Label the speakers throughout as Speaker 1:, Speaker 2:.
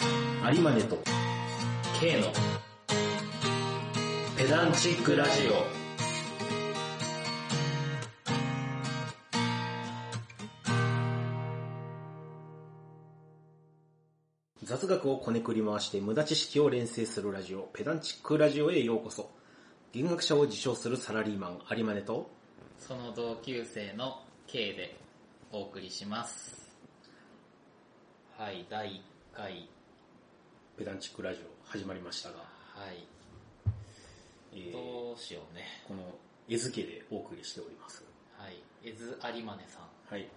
Speaker 1: 有馬ネと K のペダンチックラジオ雑学をこねくり回して無駄知識を連成するラジオペダンチックラジオへようこそ弦楽者を自称するサラリーマン有馬ネと
Speaker 2: その同級生の K でお送りします。はい、第1回。
Speaker 1: ペダンチックラジオ始まりましたが、
Speaker 2: はい。
Speaker 1: えー
Speaker 2: どうしようね。
Speaker 1: この絵付けでお送りしております
Speaker 2: はい。エズ・アリマネさん。
Speaker 1: はい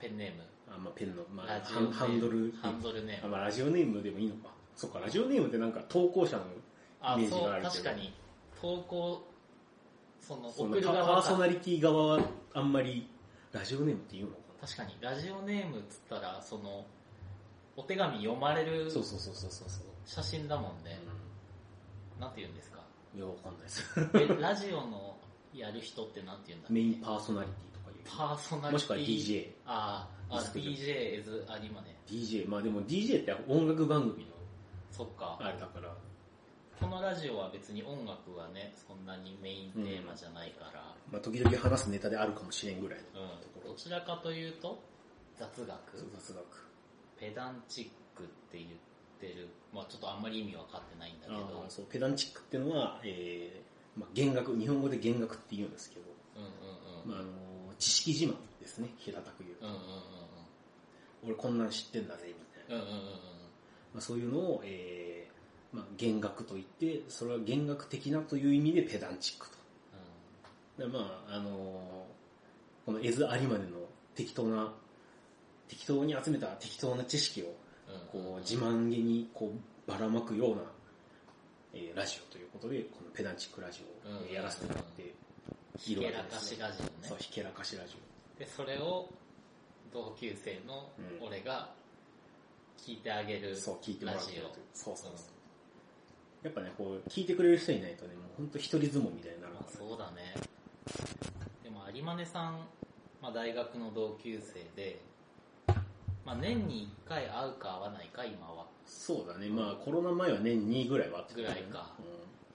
Speaker 2: ペンネーム。
Speaker 1: あまあ、ペンの、まあ、
Speaker 2: ラジ
Speaker 1: ハ
Speaker 2: オネー
Speaker 1: ン
Speaker 2: ム
Speaker 1: ハンドル
Speaker 2: ハンドルネ
Speaker 1: あ
Speaker 2: ーム。
Speaker 1: まあ、ラジオネームでもいいのか。そっか、ラジオネームってなんか投稿者の
Speaker 2: あ
Speaker 1: イメ、ージ
Speaker 2: そ
Speaker 1: がある
Speaker 2: う、
Speaker 1: けど。
Speaker 2: 確か。に。投稿、その、
Speaker 1: そ
Speaker 2: 送
Speaker 1: の
Speaker 2: る
Speaker 1: パ
Speaker 2: 側
Speaker 1: パーソナ
Speaker 2: か。
Speaker 1: リティ側はあんまりラジオネームって言うのかな。
Speaker 2: 確かに、ラジオネームっつったら、その、お手紙読まれる
Speaker 1: そうそうそうそうそうそう。
Speaker 2: 写真だもんね。
Speaker 1: う
Speaker 2: なんて言うんですか。
Speaker 1: ん。いや、わかんないです。
Speaker 2: え、ラジオのやる人ってなんて言うんだっけ
Speaker 1: メインパーソナリティとかいう。
Speaker 2: パーソナリティ
Speaker 1: もしくは DJ。
Speaker 2: あーあ、
Speaker 1: 作る
Speaker 2: DJ is アニマね。
Speaker 1: DJ、まあでも DJ って音楽番組の
Speaker 2: そっか、
Speaker 1: あれだから、
Speaker 2: このラジオは別に音楽はね、そんなにメインテーマじゃないから、
Speaker 1: まあ時々話すネタであるかもしれんぐらいの
Speaker 2: うん、どちらかというと、雑学、
Speaker 1: 雑学。
Speaker 2: ペダンチックって言ってる、まあちょっとあんまり意味わかってないんだけ
Speaker 1: あ
Speaker 2: ど
Speaker 1: あ、、そう、ペダンチックっていうのは、えー、まあ弦楽、日本語で弦楽って言うんですけど、
Speaker 2: うんうんうん。
Speaker 1: まあ、あの知識自慢ですね、平たく言うと。
Speaker 2: うんうん
Speaker 1: 俺こんなん知ってんだぜ、みたいな。
Speaker 2: うんうん。うんうんうんうん。
Speaker 1: まあ、そういうのを、えーまあ、弦楽と言って、それは弦楽的なという意味でペダンチックと。でまあ、あのーこの絵図ありまでの適当な、適当に集めた適当な知識を、
Speaker 2: うんうん
Speaker 1: こう、自慢げに、こう、ばらまくような、えーラジオということで、このペダンチックラジオをえーやらせてもらってい
Speaker 2: ひ
Speaker 1: る
Speaker 2: け
Speaker 1: わけ
Speaker 2: ら
Speaker 1: で
Speaker 2: か
Speaker 1: すね、
Speaker 2: しラジオね
Speaker 1: そう、。ひけらかしラジ
Speaker 2: で、それを同級生の
Speaker 1: うん
Speaker 2: 俺が聞いてあげる
Speaker 1: オ。そう、聞いてもらってる
Speaker 2: ラ
Speaker 1: とい
Speaker 2: ジ
Speaker 1: う。そうそうそう。やっぱね、こう、聞いてくれる人いないとね、もう本当一人相撲みたいになる
Speaker 2: ま
Speaker 1: か
Speaker 2: あそうだね。でも、有馬根さん、まあ、大学の同級生で、まあ、年に1回会うか会わないか、今は。
Speaker 1: ら。そうだね、まあコロナ前は年2ぐらいはあってたね
Speaker 2: ぐらいか
Speaker 1: う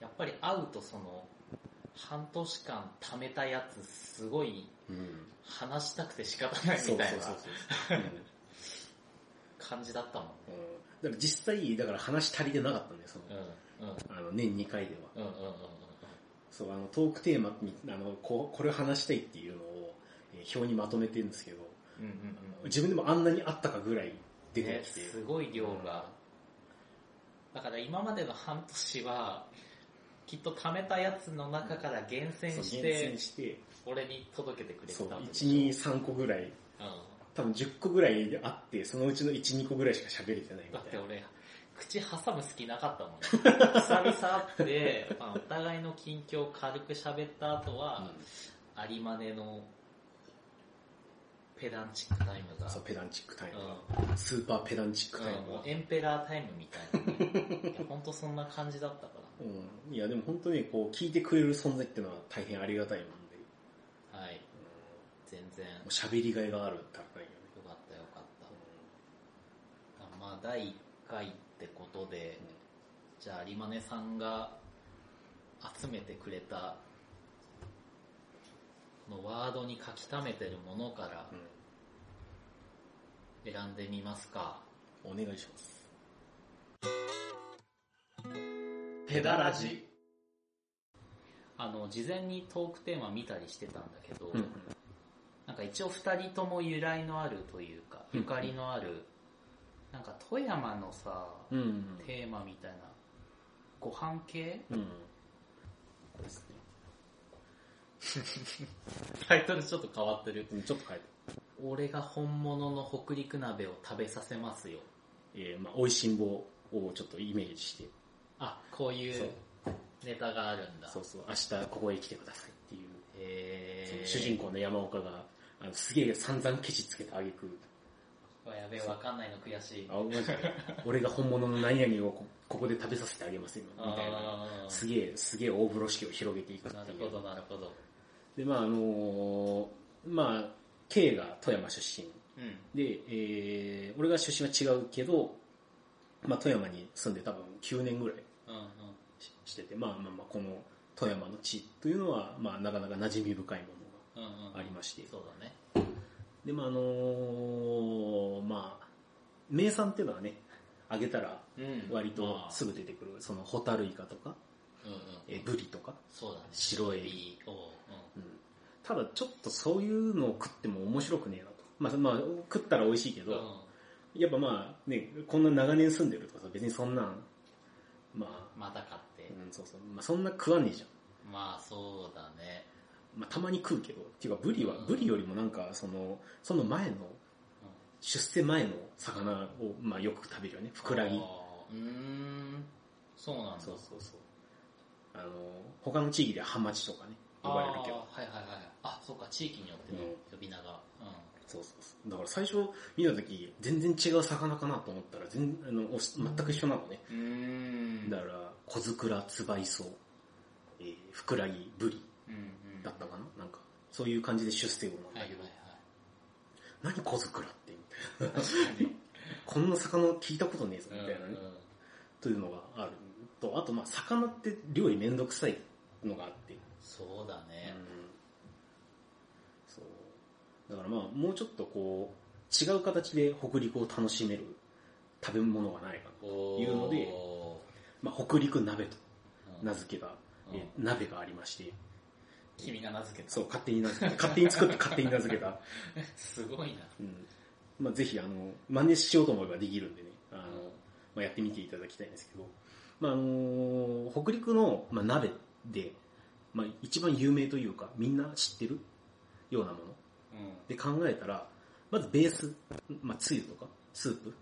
Speaker 2: やっぱり会うと、その、半年間貯めたやつ、すごい
Speaker 1: ん。うん。
Speaker 2: 話したくて仕方ない
Speaker 1: そう
Speaker 2: み
Speaker 1: そう
Speaker 2: た
Speaker 1: そ
Speaker 2: いうな
Speaker 1: そう。うん
Speaker 2: 感じだったもんね。
Speaker 1: うんだから実際、だから話足りてなかったんだよ、その、
Speaker 2: うん、うん、
Speaker 1: あの、年2回では。
Speaker 2: うん、うん、うんうん。
Speaker 1: そう、あの、トークテーマに、あの、こう、これを話したいっていうのを、えー表にまとめてるんですけど、
Speaker 2: うんうんうん、
Speaker 1: 自分でもあんなにあったかぐらい出て
Speaker 2: ね、
Speaker 1: きて、
Speaker 2: すごい量が、だから今までの半年はきっと貯めたやつの中から厳選
Speaker 1: そう
Speaker 2: し
Speaker 1: 厳
Speaker 2: て
Speaker 1: 選して、
Speaker 2: 俺に届けてくれて
Speaker 1: そ
Speaker 2: た
Speaker 1: う、
Speaker 2: わけでしょ
Speaker 1: 1、2、3個ぐらい、
Speaker 2: う
Speaker 1: 多分10個ぐらいであって、そのうちの1、2個ぐらいしか喋れてない
Speaker 2: ん、
Speaker 1: み
Speaker 2: だ
Speaker 1: た
Speaker 2: っ
Speaker 1: い
Speaker 2: て
Speaker 1: な。
Speaker 2: 俺口挟む隙なか ったもん、ね、久々会って、まあ、お互いの近況を軽く喋った後は、有馬根のペダンチックタイム
Speaker 1: うん
Speaker 2: が
Speaker 1: そう、ペダンチックタイムが。
Speaker 2: うん
Speaker 1: スーパーペダンチックタイ
Speaker 2: うん
Speaker 1: ム
Speaker 2: も
Speaker 1: が
Speaker 2: うエンペラータイムみたいな、ね、いや本当そんな感じだったから
Speaker 1: うん、いやでも本当にこう聞いてくれる存在っていうのは大変ありがたいもんで、
Speaker 2: はい、全然
Speaker 1: もう喋りがいがあるったらないよね。
Speaker 2: よかったよかった。あまあ、第1回ってことで、じゃあ、有馬根さんが集めてくれた、このワードに書き溜めてるものから
Speaker 1: う
Speaker 2: 選んでみますか。
Speaker 1: ん、うんお願いします。
Speaker 2: ペダラジ。あの、事前にトークテーマ見たりしてたんだけど、
Speaker 1: うん、
Speaker 2: なんか一応二人とも由来のあるというか、
Speaker 1: うん
Speaker 2: ゆかりのある、なんか富山のさ、
Speaker 1: うん、
Speaker 2: テーマみたいな、ご飯系
Speaker 1: うん、これです
Speaker 2: タイトルちょっと変わってる。
Speaker 1: ね。ちょっと変えて。
Speaker 2: 俺が本物の北陸鍋を食べさせますよ。
Speaker 1: えー、まあ美味しんぼをちょっとイメージして、
Speaker 2: あ、こうい
Speaker 1: そう
Speaker 2: うネタがあるんだ。
Speaker 1: そうそう、明日ここへ来てくださいっていう、そ
Speaker 2: へ
Speaker 1: の
Speaker 2: ー。
Speaker 1: 主人公の山岡が、あのすげえ散々ケチつけたあげく、
Speaker 2: 公。やべえ、わかんないの悔しい。
Speaker 1: あ、マジで、 俺が本物の何々をこここで食べさせてあげますよ、みたいな。
Speaker 2: あ
Speaker 1: すげえ、すげえ大風呂敷を広げていくっ
Speaker 2: ーな
Speaker 1: て
Speaker 2: る
Speaker 1: い
Speaker 2: ほ
Speaker 1: う。
Speaker 2: ど、なるほど。
Speaker 1: で、まああのーまあ K が富山出身
Speaker 2: うん。
Speaker 1: で、えー、俺が出身は違うけど、まあ、富山に住んで多分9年ぐらい
Speaker 2: うんうん。
Speaker 1: ししてて、まあまあまあ、この富山の地というのは、まあ、なかなか馴染み深いも
Speaker 2: うん
Speaker 1: の
Speaker 2: うん。
Speaker 1: がありまして、
Speaker 2: そうだね。
Speaker 1: で、まあ、あのーまあ、名産っていうのはね、あげたら
Speaker 2: うん
Speaker 1: 割と
Speaker 2: まあ
Speaker 1: すぐ出てくる、そのホタルイカとか、
Speaker 2: うんうん。
Speaker 1: えーブリとか、
Speaker 2: そうだね。
Speaker 1: 白エビ
Speaker 2: いい。おう
Speaker 1: うんただちょっとそういうのを食っても面白くねえなと。まあ、まあ、食ったら美味しいけ
Speaker 2: うん。う
Speaker 1: ど、やっぱまあね、こんな長年住んでるとかさ、別にそんなん、まあ、
Speaker 2: ん。また買って。
Speaker 1: うん、そうそう、まあそんな食わねえじゃん。
Speaker 2: まあそうだね。
Speaker 1: まあたまに食うけど、っていうかブリは
Speaker 2: う、ん
Speaker 1: ブリよりもなんかその、その前の、出世前の魚を、まあよく食べるよね。ふくらぎ。
Speaker 2: あーうーん。そうなんだ。
Speaker 1: そうそうそう。あの、他の地域ではハマチとかね、呼ばれるけど。
Speaker 2: あーはいはいはい。あ、そうか、地域によっての
Speaker 1: うん
Speaker 2: 呼び名が。う
Speaker 1: そうそうそう。だから最初見た時、全然違う魚かなと思ったら、全あのおし全く一緒なのね。
Speaker 2: ん。うん。
Speaker 1: だから、小桜、つばいそう、えー、ふくらぎ、ぶり
Speaker 2: うんうん。
Speaker 1: だったかななんか、そういう感じで出世魚なん
Speaker 2: はい
Speaker 1: だ
Speaker 2: はい
Speaker 1: けど、
Speaker 2: はい。
Speaker 1: 何小桜ってみたいな。
Speaker 2: 確かに。
Speaker 1: こんな魚聞いたことねえぞ、
Speaker 2: う
Speaker 1: み
Speaker 2: ん
Speaker 1: たいなね。
Speaker 2: うん
Speaker 1: というのがあると、あとまあ魚って料理めんどくさいのがあって、
Speaker 2: そうだね。
Speaker 1: そう。だからまあ、もうちょっとこう、違う形で北陸を楽しめる食べ物がないかな。
Speaker 2: おー
Speaker 1: いうのでまあ、北陸鍋と
Speaker 2: うん
Speaker 1: 名付けた、
Speaker 2: うん
Speaker 1: え鍋がありまして、
Speaker 2: 君が名付けた。
Speaker 1: そう、勝手に名付けた、勝手に作って勝手に名付けた。
Speaker 2: すごいな。
Speaker 1: うん。まあ、ぜひ、あの、真似しようと思えばできるんでね、あの
Speaker 2: うん、
Speaker 1: まあ、やってみていただきたいんですけど、まあ、あの、北陸の、まあ、鍋で、まあ、一番有名というか、みんな知ってるようなもの
Speaker 2: うん。
Speaker 1: で考えたら、まずベース、まあ、つゆとか、スープ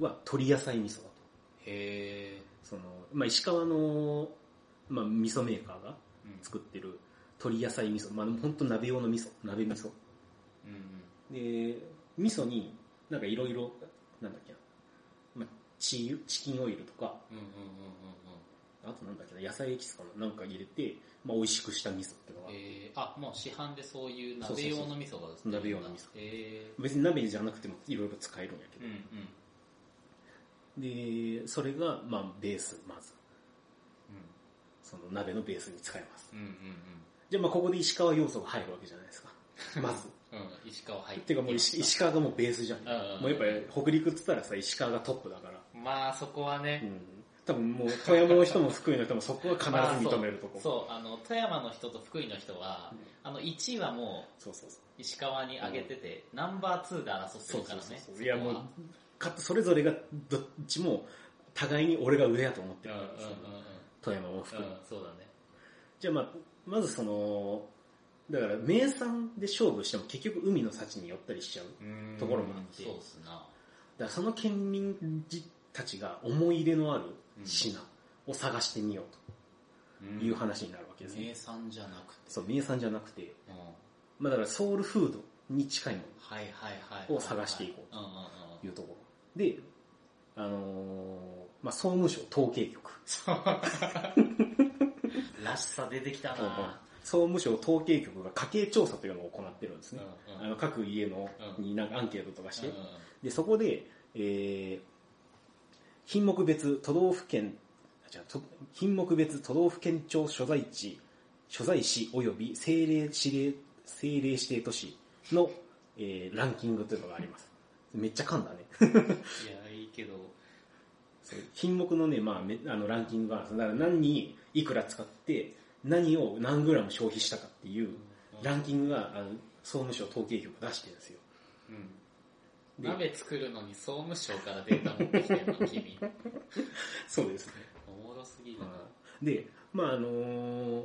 Speaker 2: うん
Speaker 1: は鶏野菜味噌だと。
Speaker 2: へえ。
Speaker 1: その、まあ、石川の、まあ、味噌メーカーが
Speaker 2: うん
Speaker 1: 作ってる鶏野菜味噌、まあ、本当鍋用の味噌、鍋味噌。
Speaker 2: うんうん。
Speaker 1: で、味噌になんかいろいろ、なんだっけな、まあ、チーチキンオイルとか、
Speaker 2: うんうんうん
Speaker 1: あとなんだっけな、野菜エキスかな、なんか入れて、まあ、美味しくした味噌っていうの
Speaker 2: うんう
Speaker 1: が、
Speaker 2: ん。えー、あ、もう市販でそういう鍋用の味噌が売ってるんだ
Speaker 1: 鍋用の味噌
Speaker 2: え
Speaker 1: 別に鍋じゃなくてもいろいろ使えるんやけ
Speaker 2: ー、うんうん。
Speaker 1: ど。で、それが、まあ、ベース、まず。
Speaker 2: う
Speaker 1: その鍋のベースに使えます。
Speaker 2: んうん
Speaker 1: じゃあまあここで石川要素が入るわけじゃない ですか。まず。
Speaker 2: うんうん。うん、石川入って
Speaker 1: ていうかもう石石川がもうベースじゃん。
Speaker 2: んうんうん
Speaker 1: もうやっぱり北陸っつったらさ、石川がトップだから。
Speaker 2: まあそこは
Speaker 1: う
Speaker 2: ね、
Speaker 1: ん。多分もう富山の人も福井の人もそこは必ず
Speaker 2: まあ
Speaker 1: 認めるとこ。
Speaker 2: そうそうあの富山の人と福井の人は、あの1位はも
Speaker 1: そうそうそう。
Speaker 2: う石川に上げてて、ナンバー2で争って
Speaker 1: そう
Speaker 2: るか
Speaker 1: そうそ
Speaker 2: らね
Speaker 1: うそう。
Speaker 2: こ
Speaker 1: いやもう、かつそれぞれがどっちも互いに俺が上やと思って
Speaker 2: は
Speaker 1: る
Speaker 2: うん
Speaker 1: か
Speaker 2: うん
Speaker 1: ら
Speaker 2: うん
Speaker 1: さ富山も福井
Speaker 2: うん
Speaker 1: も。
Speaker 2: そうだね
Speaker 1: じゃあまあ、まずその、だから名産で勝負しても結局海の幸に寄ったりしちゃう。
Speaker 2: うん
Speaker 1: ところもあって
Speaker 2: そうっすな
Speaker 1: だからその県民たちが思い入れのある品を探してみようという話になるわけですね。
Speaker 2: 名産じゃなくて
Speaker 1: そう、名産じゃなくて、
Speaker 2: うんは
Speaker 1: まあだからソウルフードに近いもの
Speaker 2: いはいはい
Speaker 1: を探していこう
Speaker 2: うんうんうん
Speaker 1: というところ。で、あのーまあ総務省統計局。
Speaker 2: らしさ出てきたな
Speaker 1: 総務省統計局が家計調査というのを行ってるんです
Speaker 2: うん
Speaker 1: ね
Speaker 2: う。
Speaker 1: あ
Speaker 2: ん
Speaker 1: の各家の
Speaker 2: うん
Speaker 1: になんかアンケートとかして、
Speaker 2: うんうん
Speaker 1: で、そこで、えー、品目別都道府県、あ違うと品目別都道府県庁所在地、所在市及び政令指令、政令指定都市の、えーランキングというのがあります。めっちゃ噛んだね。
Speaker 2: いやいいけど
Speaker 1: そう品目のね、まあ、めあのランキングがあるんですだから何にいくら使って、何を何グラム消費したかっていうランキングが、あの総務省統計局出してるんですよ。
Speaker 2: うん
Speaker 1: で
Speaker 2: 鍋作るのに総務省からデータ持ってきてるの君
Speaker 1: そうですね。
Speaker 2: おもろすぎるな
Speaker 1: うんで、まああのー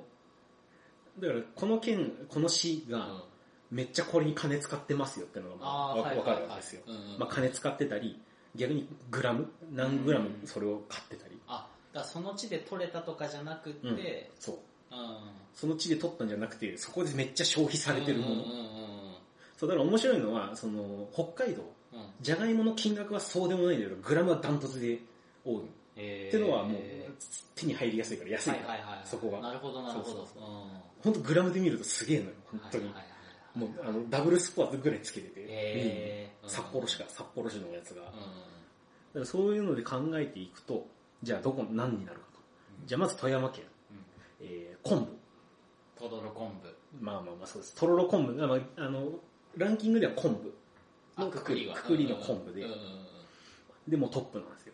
Speaker 1: だからこの県、この市がめっちゃこれに金使ってますよってのがまあわわかるわけですよ。。
Speaker 2: うんうんうん
Speaker 1: まあ金使ってたり、逆にグラム、何グラム
Speaker 2: うん
Speaker 1: それを買ってたり。
Speaker 2: あ、だからその地で取れたとかじゃなく
Speaker 1: うん
Speaker 2: て、
Speaker 1: そう。
Speaker 2: うん。
Speaker 1: その地で取ったんじゃなくて、そこでめっちゃ消費されてるもの。
Speaker 2: うんうん
Speaker 1: そう、だから面白いのは、その、北海道、
Speaker 2: うんうん。
Speaker 1: じゃがいもの金額はそうでもないんだけど、グラムはダントツで多い。
Speaker 2: え
Speaker 1: ってのはもう
Speaker 2: ー、
Speaker 1: 手に入りやすいから安い
Speaker 2: はい
Speaker 1: か
Speaker 2: は
Speaker 1: ら。
Speaker 2: いはい。
Speaker 1: そこが
Speaker 2: なるほどなるほ
Speaker 1: そ
Speaker 2: ど。
Speaker 1: う
Speaker 2: う
Speaker 1: そ
Speaker 2: ん
Speaker 1: ほんとグラムで見るとすげえのよ、本当に。
Speaker 2: はいはいはいはい
Speaker 1: もうあのダブルスコアぐらいつけてて、
Speaker 2: えー
Speaker 1: うん札幌市か、札幌市のやつが。
Speaker 2: うんうん
Speaker 1: からそういうので考えていくと、じゃあどこ、何になるかと。じゃあまず富山県、
Speaker 2: うん
Speaker 1: えー、昆布。
Speaker 2: とどろ昆布。
Speaker 1: まあまあまあそうです。とろろ昆布。あまああの、ランキングでは昆布
Speaker 2: あ
Speaker 1: のくくり、
Speaker 2: は
Speaker 1: くくりの昆布で
Speaker 2: うんうん、
Speaker 1: でもトップなんですよ。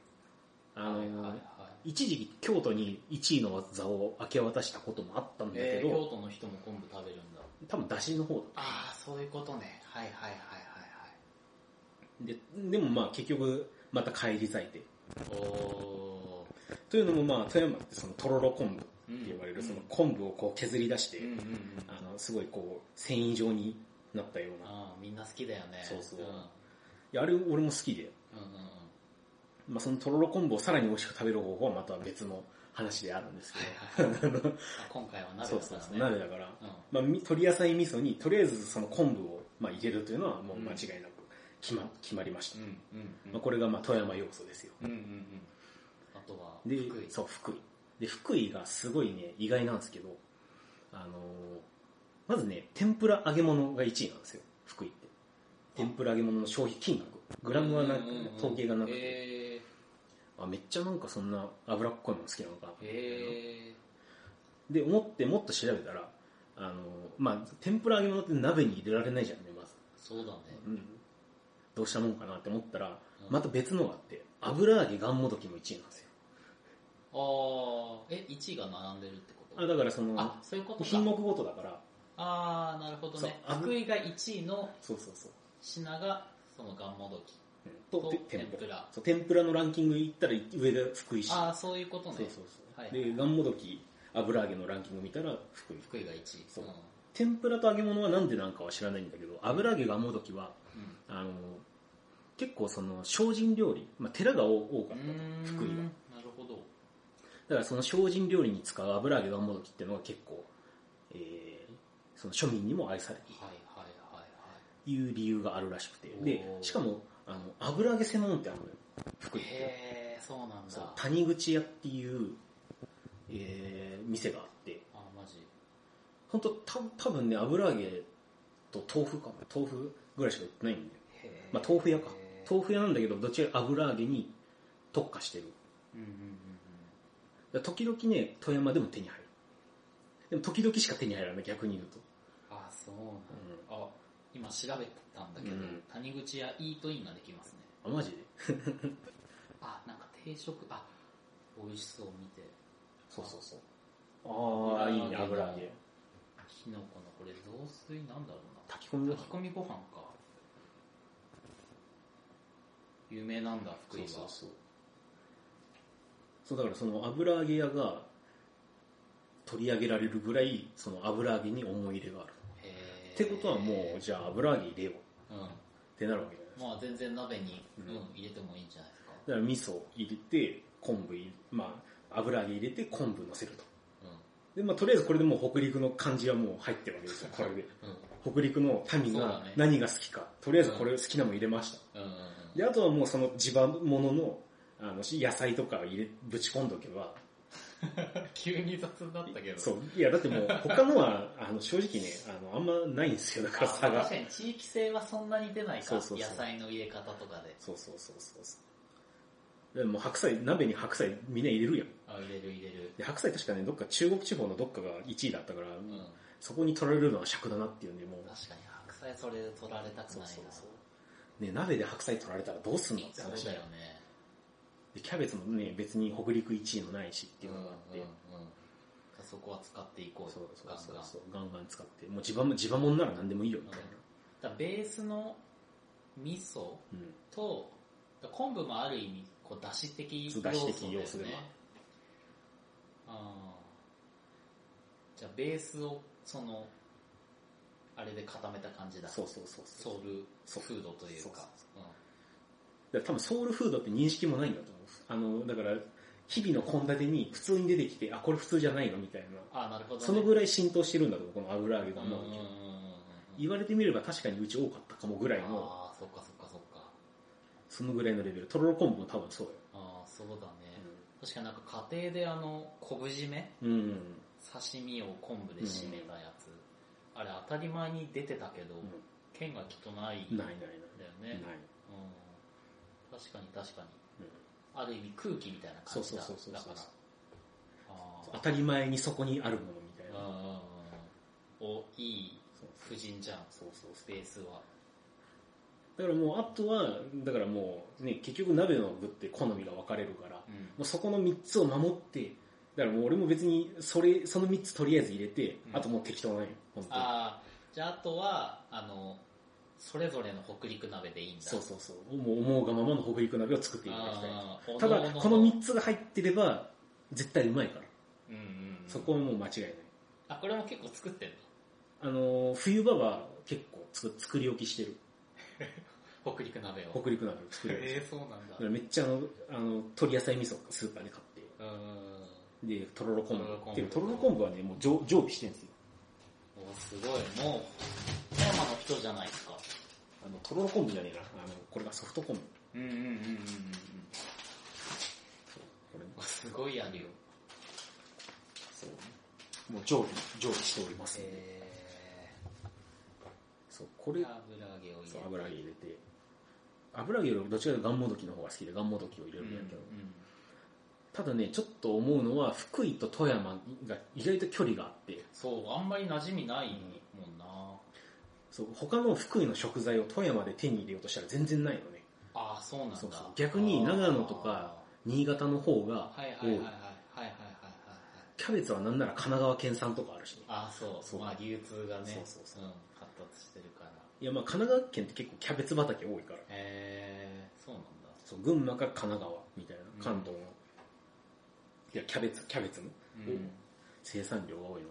Speaker 1: あ
Speaker 2: うん
Speaker 1: の、
Speaker 2: はいはいはい。
Speaker 1: 一時期京都に1位の座を明け渡したこともあったんだけ
Speaker 2: えー、京
Speaker 1: ど、
Speaker 2: 都の人も昆布食べるんだ。
Speaker 1: 多分出汁の方だ
Speaker 2: ああ、そういうことね。はいはいはい
Speaker 1: で、でもまあ結局、また返り咲いて。
Speaker 2: はいはい。お
Speaker 1: というのもまあ富山ってそのとろろ昆布
Speaker 2: ー。
Speaker 1: って呼ばれるその昆布をこう削り出して、
Speaker 2: うんうんうん。
Speaker 1: あの、すごいこう、繊維状になったような。い
Speaker 2: ああ、みんな好きだよね。
Speaker 1: そうそう
Speaker 2: うんうん
Speaker 1: や、あれ俺も好きで、
Speaker 2: うんうん。
Speaker 1: まあそのとろろ昆布をさらに美味しく食べる方法はまた別の話であるんですけど。
Speaker 2: あ今回は鍋だっ た
Speaker 1: そうそ
Speaker 2: らね。
Speaker 1: うそう、鍋だから。
Speaker 2: うん。
Speaker 1: まあ、み鶏野菜味噌にとりあえずその昆布をまあ入れるというのはもう間違いなく決ま決まりました。
Speaker 2: うんうん
Speaker 1: まあ、これがまあ富山要素ですよ。
Speaker 2: うんうんうん。あとは、
Speaker 1: で
Speaker 2: 福井。
Speaker 1: そう、福井。で、福井がすごいね、意外なんですけど、あのーまずね、天ぷら揚げ物が1位なんですよ、福井って。天ぷら揚げ物の消費金額。グラムはなく
Speaker 2: うんうんうん、
Speaker 1: 統計がなくて、
Speaker 2: え
Speaker 1: あ、めっちゃなんかそんな脂っこいもの好きなのかな
Speaker 2: ー、え
Speaker 1: で、思ってもっと調べたら、あのーまあ、天ぷら揚げ物って鍋に入れられないじゃんね、まず。
Speaker 2: ー、そうだね。
Speaker 1: うん、どうしたもんかなって思ったら、
Speaker 2: うん
Speaker 1: また別のがあって、油揚げがんもどきも1位なんですよ。
Speaker 2: ああ、え、1位が並んでるってこと
Speaker 1: あだからその
Speaker 2: あ、、そういうことか。
Speaker 1: 品目ごとだから、
Speaker 2: ああ、なるほどね。
Speaker 1: そう
Speaker 2: 福井が1位の
Speaker 1: そうそうそう。
Speaker 2: 品が、そのガンモドキ。
Speaker 1: と
Speaker 2: と
Speaker 1: て
Speaker 2: 天ぷら
Speaker 1: そう天ぷらのランキング行ったら上が福井市
Speaker 2: ああ、そういうことね。
Speaker 1: そうそうそう、
Speaker 2: はい
Speaker 1: でがんもどき油揚げのランキング見たら福井
Speaker 2: 福井が1位。
Speaker 1: そうん天ぷらと揚げ物はなんでなんかは知らないんだけど油揚げがんもどきはあの結構その精進料理、まあ、寺が多多か
Speaker 2: う
Speaker 1: った
Speaker 2: ん。
Speaker 1: 福井は
Speaker 2: なるほど。
Speaker 1: だからその精進料理に使う油揚げがんもどきっていうのが結構、えーその庶民にも愛されている
Speaker 2: はいはいはい
Speaker 1: という理由があるらしくてで
Speaker 2: おー
Speaker 1: しかもあの油揚げ専門店あるのよ福
Speaker 2: はい。
Speaker 1: 井って
Speaker 2: へえ、そうなん
Speaker 1: そ
Speaker 2: だ
Speaker 1: う。谷口屋っていう、えー店があって
Speaker 2: あ、マジ。
Speaker 1: 本当た多分ね油揚げと豆腐か豆腐ぐらいしか売ってないんで、
Speaker 2: へえ
Speaker 1: まあ、豆腐屋か
Speaker 2: へー
Speaker 1: 豆腐屋なんだけどどっちら油揚げに特化してる
Speaker 2: うんうんうん
Speaker 1: だから時々ね富山でも手に入るでも時々しか手に入らない逆に言うと、
Speaker 2: うん。あ、そうなんだ。
Speaker 1: う
Speaker 2: あ、今調べたんだけど、
Speaker 1: うん
Speaker 2: 谷口屋イートインができますね。
Speaker 1: ん、あマジで
Speaker 2: あ、なんか定食、あ、美味しそう見て。
Speaker 1: そうそうそうああいいね油
Speaker 2: 油
Speaker 1: 揚
Speaker 2: 揚
Speaker 1: げ
Speaker 2: げきのこのこれ雑炊なんだろう
Speaker 1: 炊き込み
Speaker 2: な。
Speaker 1: だ
Speaker 2: 炊き込みご飯か。有名なんだ、福井は。
Speaker 1: そうそうそうそうだからその油揚げ屋が取り上げられるぐらいその油揚げに思い入れがある、
Speaker 2: へー
Speaker 1: ってことはもうじゃあ油揚げ入れよう
Speaker 2: うん。
Speaker 1: ってなるわけじゃないですか
Speaker 2: まあ全然鍋に、
Speaker 1: う
Speaker 2: うんん、入れてもいいんじゃないですか。
Speaker 1: だから味噌入れて昆布入れまあ油揚げ入れて昆布乗せるとでまあとりあえずこれでもう北陸の感じはもう入ってるわけですよこれで
Speaker 2: うん。うん。
Speaker 1: 北陸の民
Speaker 2: そう
Speaker 1: が
Speaker 2: だね
Speaker 1: 何が好きか、とりあえずこれ好きなもん入れました
Speaker 2: うんうんうん。
Speaker 1: であとはもうその地場もののあの野菜とか入れぶち込んどけば
Speaker 2: 急に雑だったけど。
Speaker 1: そう。いや、だっても う、他のは、あの、正直ね、あの、あんまないんですよ、だから
Speaker 2: あ
Speaker 1: 差が
Speaker 2: 確。かに地域性はそんなに出ないか。
Speaker 1: そうそうそう
Speaker 2: 野菜の入れ方とかで。
Speaker 1: そうそうそうそうそう。でもう白菜、鍋に白菜みんな入れるやん。
Speaker 2: あ、入れる入れる。
Speaker 1: で白菜確かね、どっか中国地方のどっかが1位だったから、
Speaker 2: うん。
Speaker 1: そこに取られるのは尺だなっていうんで、もう、
Speaker 2: 確かに白菜それで取られたくない
Speaker 1: そう
Speaker 2: な。
Speaker 1: そうそう。ね、鍋で白菜取られたらどうすんのって
Speaker 2: そう
Speaker 1: 話
Speaker 2: だ
Speaker 1: だ
Speaker 2: よ
Speaker 1: よ。
Speaker 2: ね。
Speaker 1: で、キャベツもね、別に北陸1位のないしっていうのがあって、
Speaker 2: うんうんうんそこは使っていこう
Speaker 1: そうそうそう
Speaker 2: ガンガン
Speaker 1: そう、ガンガン使って、もう地場も、地場もんなら何でもいいよみたいな。
Speaker 2: だからベースの味噌
Speaker 1: うん。
Speaker 2: とだから昆布もある意味こう出汁的
Speaker 1: そう
Speaker 2: だ
Speaker 1: 出
Speaker 2: よ
Speaker 1: 汁的要素でも
Speaker 2: ねあーじゃあベースをそのあれで固めた感じだ
Speaker 1: そうそうそうそう。
Speaker 2: ソウルフードというか
Speaker 1: だから多分ソウルフードって認識もないんだと思う。あの、だから、日々の献立に普通に出てきて、あ、これ普通じゃないのみたいな。
Speaker 2: うんああなるほど、ね、
Speaker 1: そのぐらい浸透してるんだと思う、この油揚げが
Speaker 2: うんうん
Speaker 1: も
Speaker 2: う
Speaker 1: うん
Speaker 2: うんうん
Speaker 1: 言われてみれば確かにうち多かったかもぐらいの、
Speaker 2: ああそっかそっかそっか
Speaker 1: そのぐらいのレベル。とろろ昆布も多分そうよ。
Speaker 2: ああそうだね、確かになんか家庭であの昆布締め
Speaker 1: うん。うん。
Speaker 2: 刺身を昆布で締めたやつ、あれ当たり前に出てたけど、
Speaker 1: う
Speaker 2: 剣がきっとない
Speaker 1: ん
Speaker 2: んだ
Speaker 1: ない
Speaker 2: よ
Speaker 1: ないない。
Speaker 2: ね
Speaker 1: ない。
Speaker 2: うん、確かに確かにある意味空気みたいな
Speaker 1: そ
Speaker 2: 感
Speaker 1: う
Speaker 2: じ
Speaker 1: そう
Speaker 2: だ
Speaker 1: そうそう
Speaker 2: だか
Speaker 1: そう
Speaker 2: ら。あ
Speaker 1: 当たり前にそこにあるものみたい
Speaker 2: ー
Speaker 1: な。
Speaker 2: あーお、いい
Speaker 1: そう
Speaker 2: 婦人じゃん、
Speaker 1: そうそう
Speaker 2: スペースは。
Speaker 1: だからもう、あとは、だからもう、ね、結局鍋の具って好みが分かれるから、も
Speaker 2: うん
Speaker 1: うそこの3つを守って、だからもう俺も別に、それ、その3つとりあえず入れて、
Speaker 2: うん
Speaker 1: あともう適当なんよ、本当に。
Speaker 2: ああ、じゃああとは、あの、それぞれの北陸鍋でいいんだ。
Speaker 1: そうそうそう。もう思うがままの北陸鍋を作っていただきたい。
Speaker 2: あー
Speaker 1: ただ
Speaker 2: お、の
Speaker 1: この3つが入ってれば、絶対うまいから。
Speaker 2: うんうんうん
Speaker 1: そこはもう間違いない。
Speaker 2: あ、これも結構作ってん
Speaker 1: あのー、冬場は結構つ作り置きしてる。
Speaker 2: の北陸鍋を。
Speaker 1: 北陸鍋を作り置きして
Speaker 2: え
Speaker 1: る。
Speaker 2: えそうなんだ
Speaker 1: だか。らめっちゃあの、あの、鶏野菜味噌スーパーで買って、
Speaker 2: うんうんうん。
Speaker 1: で、とろろ昆
Speaker 2: とろろ
Speaker 1: 布。
Speaker 2: 昆布
Speaker 1: でもとろろ昆布はね、もう常常備してるんですよ。
Speaker 2: おすごい。もう、富山の人じゃないですか。
Speaker 1: あの、とろろ昆布じゃねえな。あの、これがソフト昆布。
Speaker 2: うんうんうんうんうんうん。
Speaker 1: これ、
Speaker 2: すごいあるよ。
Speaker 1: そう。もう常備、常備しておりますんで、
Speaker 2: え
Speaker 1: そう、こ
Speaker 2: ー、
Speaker 1: れ、
Speaker 2: 油揚げを入れ
Speaker 1: そう油揚げ入れて、油揚げよりどっちかというとガンモドキの方が好きで、ガンモドキを入れるんやけど、
Speaker 2: うんうん
Speaker 1: ただね、ちょっと思うのは、福井と富山が意外と距離があって、
Speaker 2: そう、あんまり馴染みないもんな。
Speaker 1: そう他の福井の食材を富山で手に入れようとしたら全然ないのね。
Speaker 2: ああ、そうなんだ。
Speaker 1: そうそう逆に長野とか新潟の方
Speaker 2: あ
Speaker 1: が
Speaker 2: ー、はいは
Speaker 1: 多
Speaker 2: いはい
Speaker 1: い
Speaker 2: はいはいはいはいはいはい。
Speaker 1: キャベツはなんなら神奈川県産とかあるしね。
Speaker 2: ああ、そう。
Speaker 1: そう
Speaker 2: まあ流通がね、、
Speaker 1: そうそうそうん
Speaker 2: 発達してるから。
Speaker 1: いや、まあ神奈川県って結構キャベツ畑多いから。
Speaker 2: えー、そうなんだ。
Speaker 1: そう、群馬か神奈川みたいな
Speaker 2: うん、
Speaker 1: 関東の。いや、キャベツ、キャベツの
Speaker 2: うん。
Speaker 1: お生産量が多いのは
Speaker 2: なる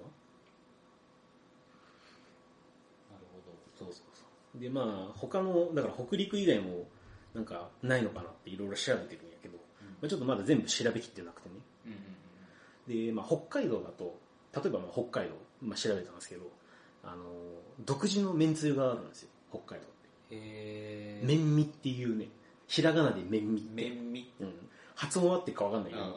Speaker 2: ほ
Speaker 1: そうそうそう。で、まあ、他の、だから北陸以外も、なんか、ないのかなっていろいろ調べてるんやけど、まあ、ちょっとまだ全部調べきってなくてね。
Speaker 2: ど。うんうん
Speaker 1: で、まあ、北海道だと、例えばまあ北海道、まあ、調べたんですけど、あの、独自の麺つゆがあるんですよ、北海道って。
Speaker 2: うんうん。へー。
Speaker 1: 麺味っていうね、ひらがなで麺味って。
Speaker 2: 麺み。
Speaker 1: うん。発音は合ってるかわかんないけど、
Speaker 2: うん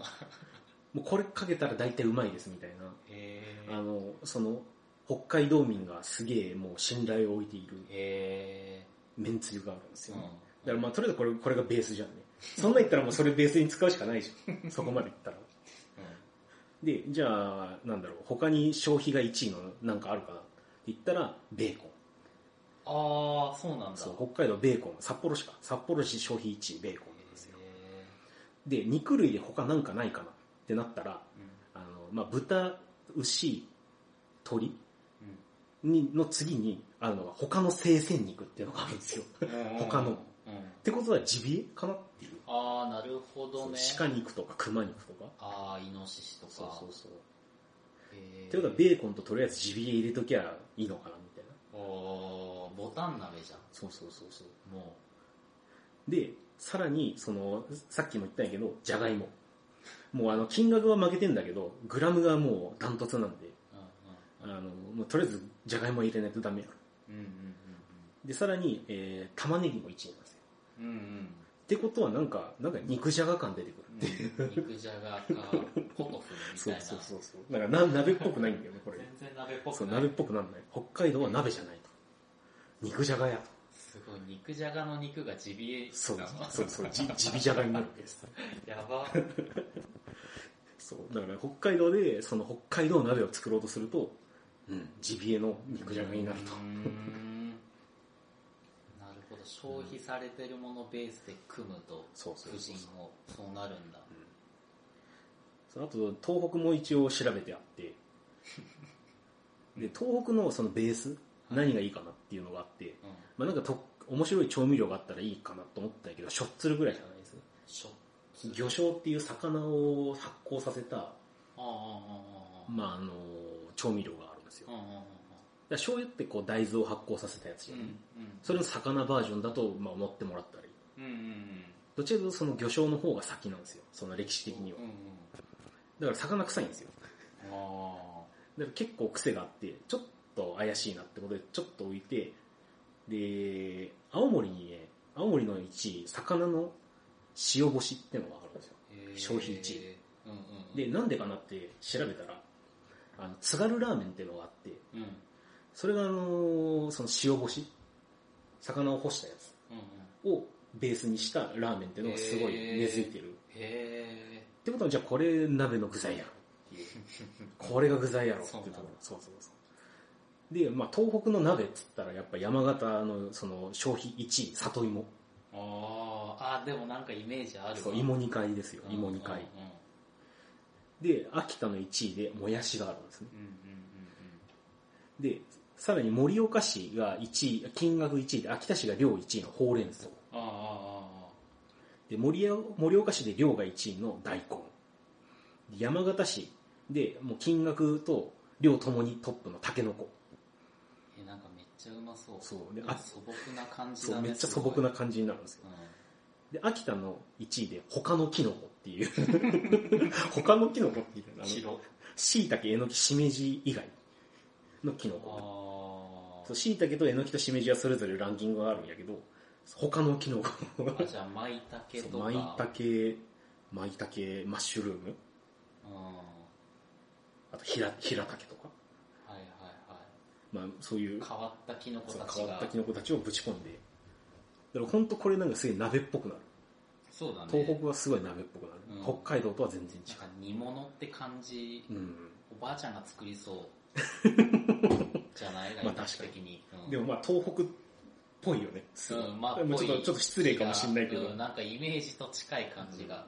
Speaker 1: もうこれかけたら大体うまいですみたいな。
Speaker 2: へ
Speaker 1: あ
Speaker 2: ー。
Speaker 1: の、その、北海道民がすげえもう信頼を置いている
Speaker 2: へ
Speaker 1: 麺つゆがあるんです
Speaker 2: ー。
Speaker 1: よ
Speaker 2: うん
Speaker 1: ね、。だからまあとりあえずこれこれがベースじゃんね。そんなん言ったらもうそれベースに使うしか ないじゃん。そこまで言ったら。で、じゃあ、なんだろう、他に消費が1位のなんかあるかなって言ったら、ベーコン。
Speaker 2: ああ、そうなんだ。
Speaker 1: そう、北海道ベーコン、札幌市か。札幌市消費1位、ベーコンなんですよ。
Speaker 2: へ
Speaker 1: で、肉類で他なんかないかなってなったら、
Speaker 2: ー。
Speaker 1: あの、まあ豚、牛、鳥
Speaker 2: うんうん
Speaker 1: にの次にあるのが他の生鮮肉っていうのがあるんですよ。っ 他の
Speaker 2: うん
Speaker 1: てことはジビエかなっていう。
Speaker 2: ああ、なるほどね。
Speaker 1: そう鹿肉とか熊肉とか。
Speaker 2: ああ、イノシシとか。
Speaker 1: そうそうそう。
Speaker 2: へー
Speaker 1: ってことはベーコンととりあえずジビエ入れときゃいいのかなみたいな。
Speaker 2: おーボタン鍋じゃん。
Speaker 1: そうそうそうそう。
Speaker 2: も
Speaker 1: で、さらに、その、さっきも言ったんやけど、じゃがいも。もうあの、金額は負けてんだけど、グラムがもうダントツなんで、
Speaker 2: う。
Speaker 1: あの、もうとりあえずじゃがいも入れないとダメやろ。
Speaker 2: うんうん
Speaker 1: で、さらに、えー、玉ねぎも1位なんですよ。
Speaker 2: うんうん。うんうん。
Speaker 1: ってことはなんか、なんか肉じゃが感出てくる。
Speaker 2: 肉じゃがか、ポトフみた
Speaker 1: そ
Speaker 2: いうな。
Speaker 1: そうそうそう。だからな鍋っぽくないんだよね、これ。
Speaker 2: 全然鍋っぽ
Speaker 1: そ
Speaker 2: く
Speaker 1: う、
Speaker 2: な
Speaker 1: 鍋っ
Speaker 2: い。
Speaker 1: ぽくなんない。北海道は鍋じゃないと。肉じゃがやと。
Speaker 2: すごい、肉じゃがの肉がジビエ
Speaker 1: そう
Speaker 2: なの、
Speaker 1: そうそう、じジビじゃがになるわけです。
Speaker 2: やば。
Speaker 1: そう、だから北海道で、その北海道鍋を作ろうとすると、うん、ジビエの肉じゃがになると。
Speaker 2: うーんなるほど。消費されてるものベースで組むと、
Speaker 1: そうそう
Speaker 2: 婦
Speaker 1: そ
Speaker 2: 人
Speaker 1: う
Speaker 2: を、そうなるんだ。
Speaker 1: そうあと、東北も一応調べてあって、で、東北のそのベース、何がいいかなっていうのがあって、
Speaker 2: うん。
Speaker 1: まあなんかと、面白い調味料があったらいいかなと思ったんやけど、しょっつるぐらいしかないですね。
Speaker 2: しょ
Speaker 1: 魚醤っていう魚を発酵させた、
Speaker 2: ああ、
Speaker 1: まああの、調味料があるんですよ。
Speaker 2: ああ、ああ。うんうんうん
Speaker 1: だから醤油ってこう大豆を発酵させたやつじゃ、
Speaker 2: うんん。うん
Speaker 1: それの魚バージョンだと、まあ、思ってもらったり
Speaker 2: うんうんうん。
Speaker 1: どっちかというとその魚醤の方が先なんですよその歴史的には
Speaker 2: うんうん
Speaker 1: だから魚臭いんですよだか
Speaker 2: あ
Speaker 1: ら結構癖があってちょっと怪しいなってことでちょっと置いてで青森にね青森の1位魚の塩干しってのがあるんですよ
Speaker 2: ー
Speaker 1: 消費地
Speaker 2: へーうんうんうん、
Speaker 1: でなんでかなって調べたらあの津軽ラーメンっていうのがあって
Speaker 2: うんうん
Speaker 1: それがあのーその塩干し魚を干したやつ
Speaker 2: うん
Speaker 1: をベースにしたラーメンっていうのがすごい根付いてる。
Speaker 2: へ
Speaker 1: ってことは、じゃあこれ鍋の具材や ろっていう。これが具材やろって
Speaker 2: そう
Speaker 1: と
Speaker 2: なん
Speaker 1: こ
Speaker 2: だ
Speaker 1: ろ。そうそうそう。で、まあ東北の鍋っつったらやっぱ山形のその消費1位、里芋。
Speaker 2: ーあーあでもなんかイメージあるわ
Speaker 1: そう、芋2回ですよ、芋2回。で、秋田の1位でもやしがあるんですね。
Speaker 2: うんうんうん
Speaker 1: で、さらに盛岡市が1位、金額1位で、秋田市が量1位のほうれん草。
Speaker 2: うんうんあーあ
Speaker 1: で、盛岡盛岡市で量が1位の大根。で山形市で、もう金額と量ともにトップのタケノコ。
Speaker 2: ーあーえなんかめっちゃうまそう
Speaker 1: そうで
Speaker 2: で
Speaker 1: あ
Speaker 2: も素朴な感じ
Speaker 1: そ
Speaker 2: だ
Speaker 1: う、
Speaker 2: ね
Speaker 1: めっちゃ素朴な感じになるんです
Speaker 2: す
Speaker 1: よ。
Speaker 2: ごい
Speaker 1: で、秋田の1位で、他のキノコっていう。 他のキノコっていう
Speaker 2: う
Speaker 1: の
Speaker 2: ん
Speaker 1: は、
Speaker 2: 白
Speaker 1: しいたけ、えのき、しめじ以外のキノコ。
Speaker 2: あー
Speaker 1: そう、しいたけとえのきとしめじはそれぞれランキングがあるんやけど、他のキノコが
Speaker 2: あじゃあ舞茸と
Speaker 1: そう
Speaker 2: か
Speaker 1: マイタケ、マイタケ、マッシュルーム、
Speaker 2: うんは
Speaker 1: あとヒラ、ヒラタケとか、
Speaker 2: いはいはい
Speaker 1: まあそういう
Speaker 2: 変わったキノコ
Speaker 1: そう
Speaker 2: たち
Speaker 1: 変わ
Speaker 2: が
Speaker 1: ったキノコたちをぶち込んで、だから本当これなんかすげえ鍋っぽくなる。
Speaker 2: そうだね
Speaker 1: 東北はすごい鍋っぽくなる。
Speaker 2: うん
Speaker 1: 北海道とは全然違
Speaker 2: なんか煮物って感じ、
Speaker 1: う。うん。
Speaker 2: おばあちゃんが作 りそう。じゃない
Speaker 1: まあ
Speaker 2: 外国的に。うん
Speaker 1: でもまあ東北っぽいよね。すごい
Speaker 2: うん、まあ、
Speaker 1: でもちょっ
Speaker 2: ぽ
Speaker 1: と
Speaker 2: い
Speaker 1: ちょっと失礼かもしれないけど、
Speaker 2: うんなんかイメージと近い感じが。
Speaker 1: う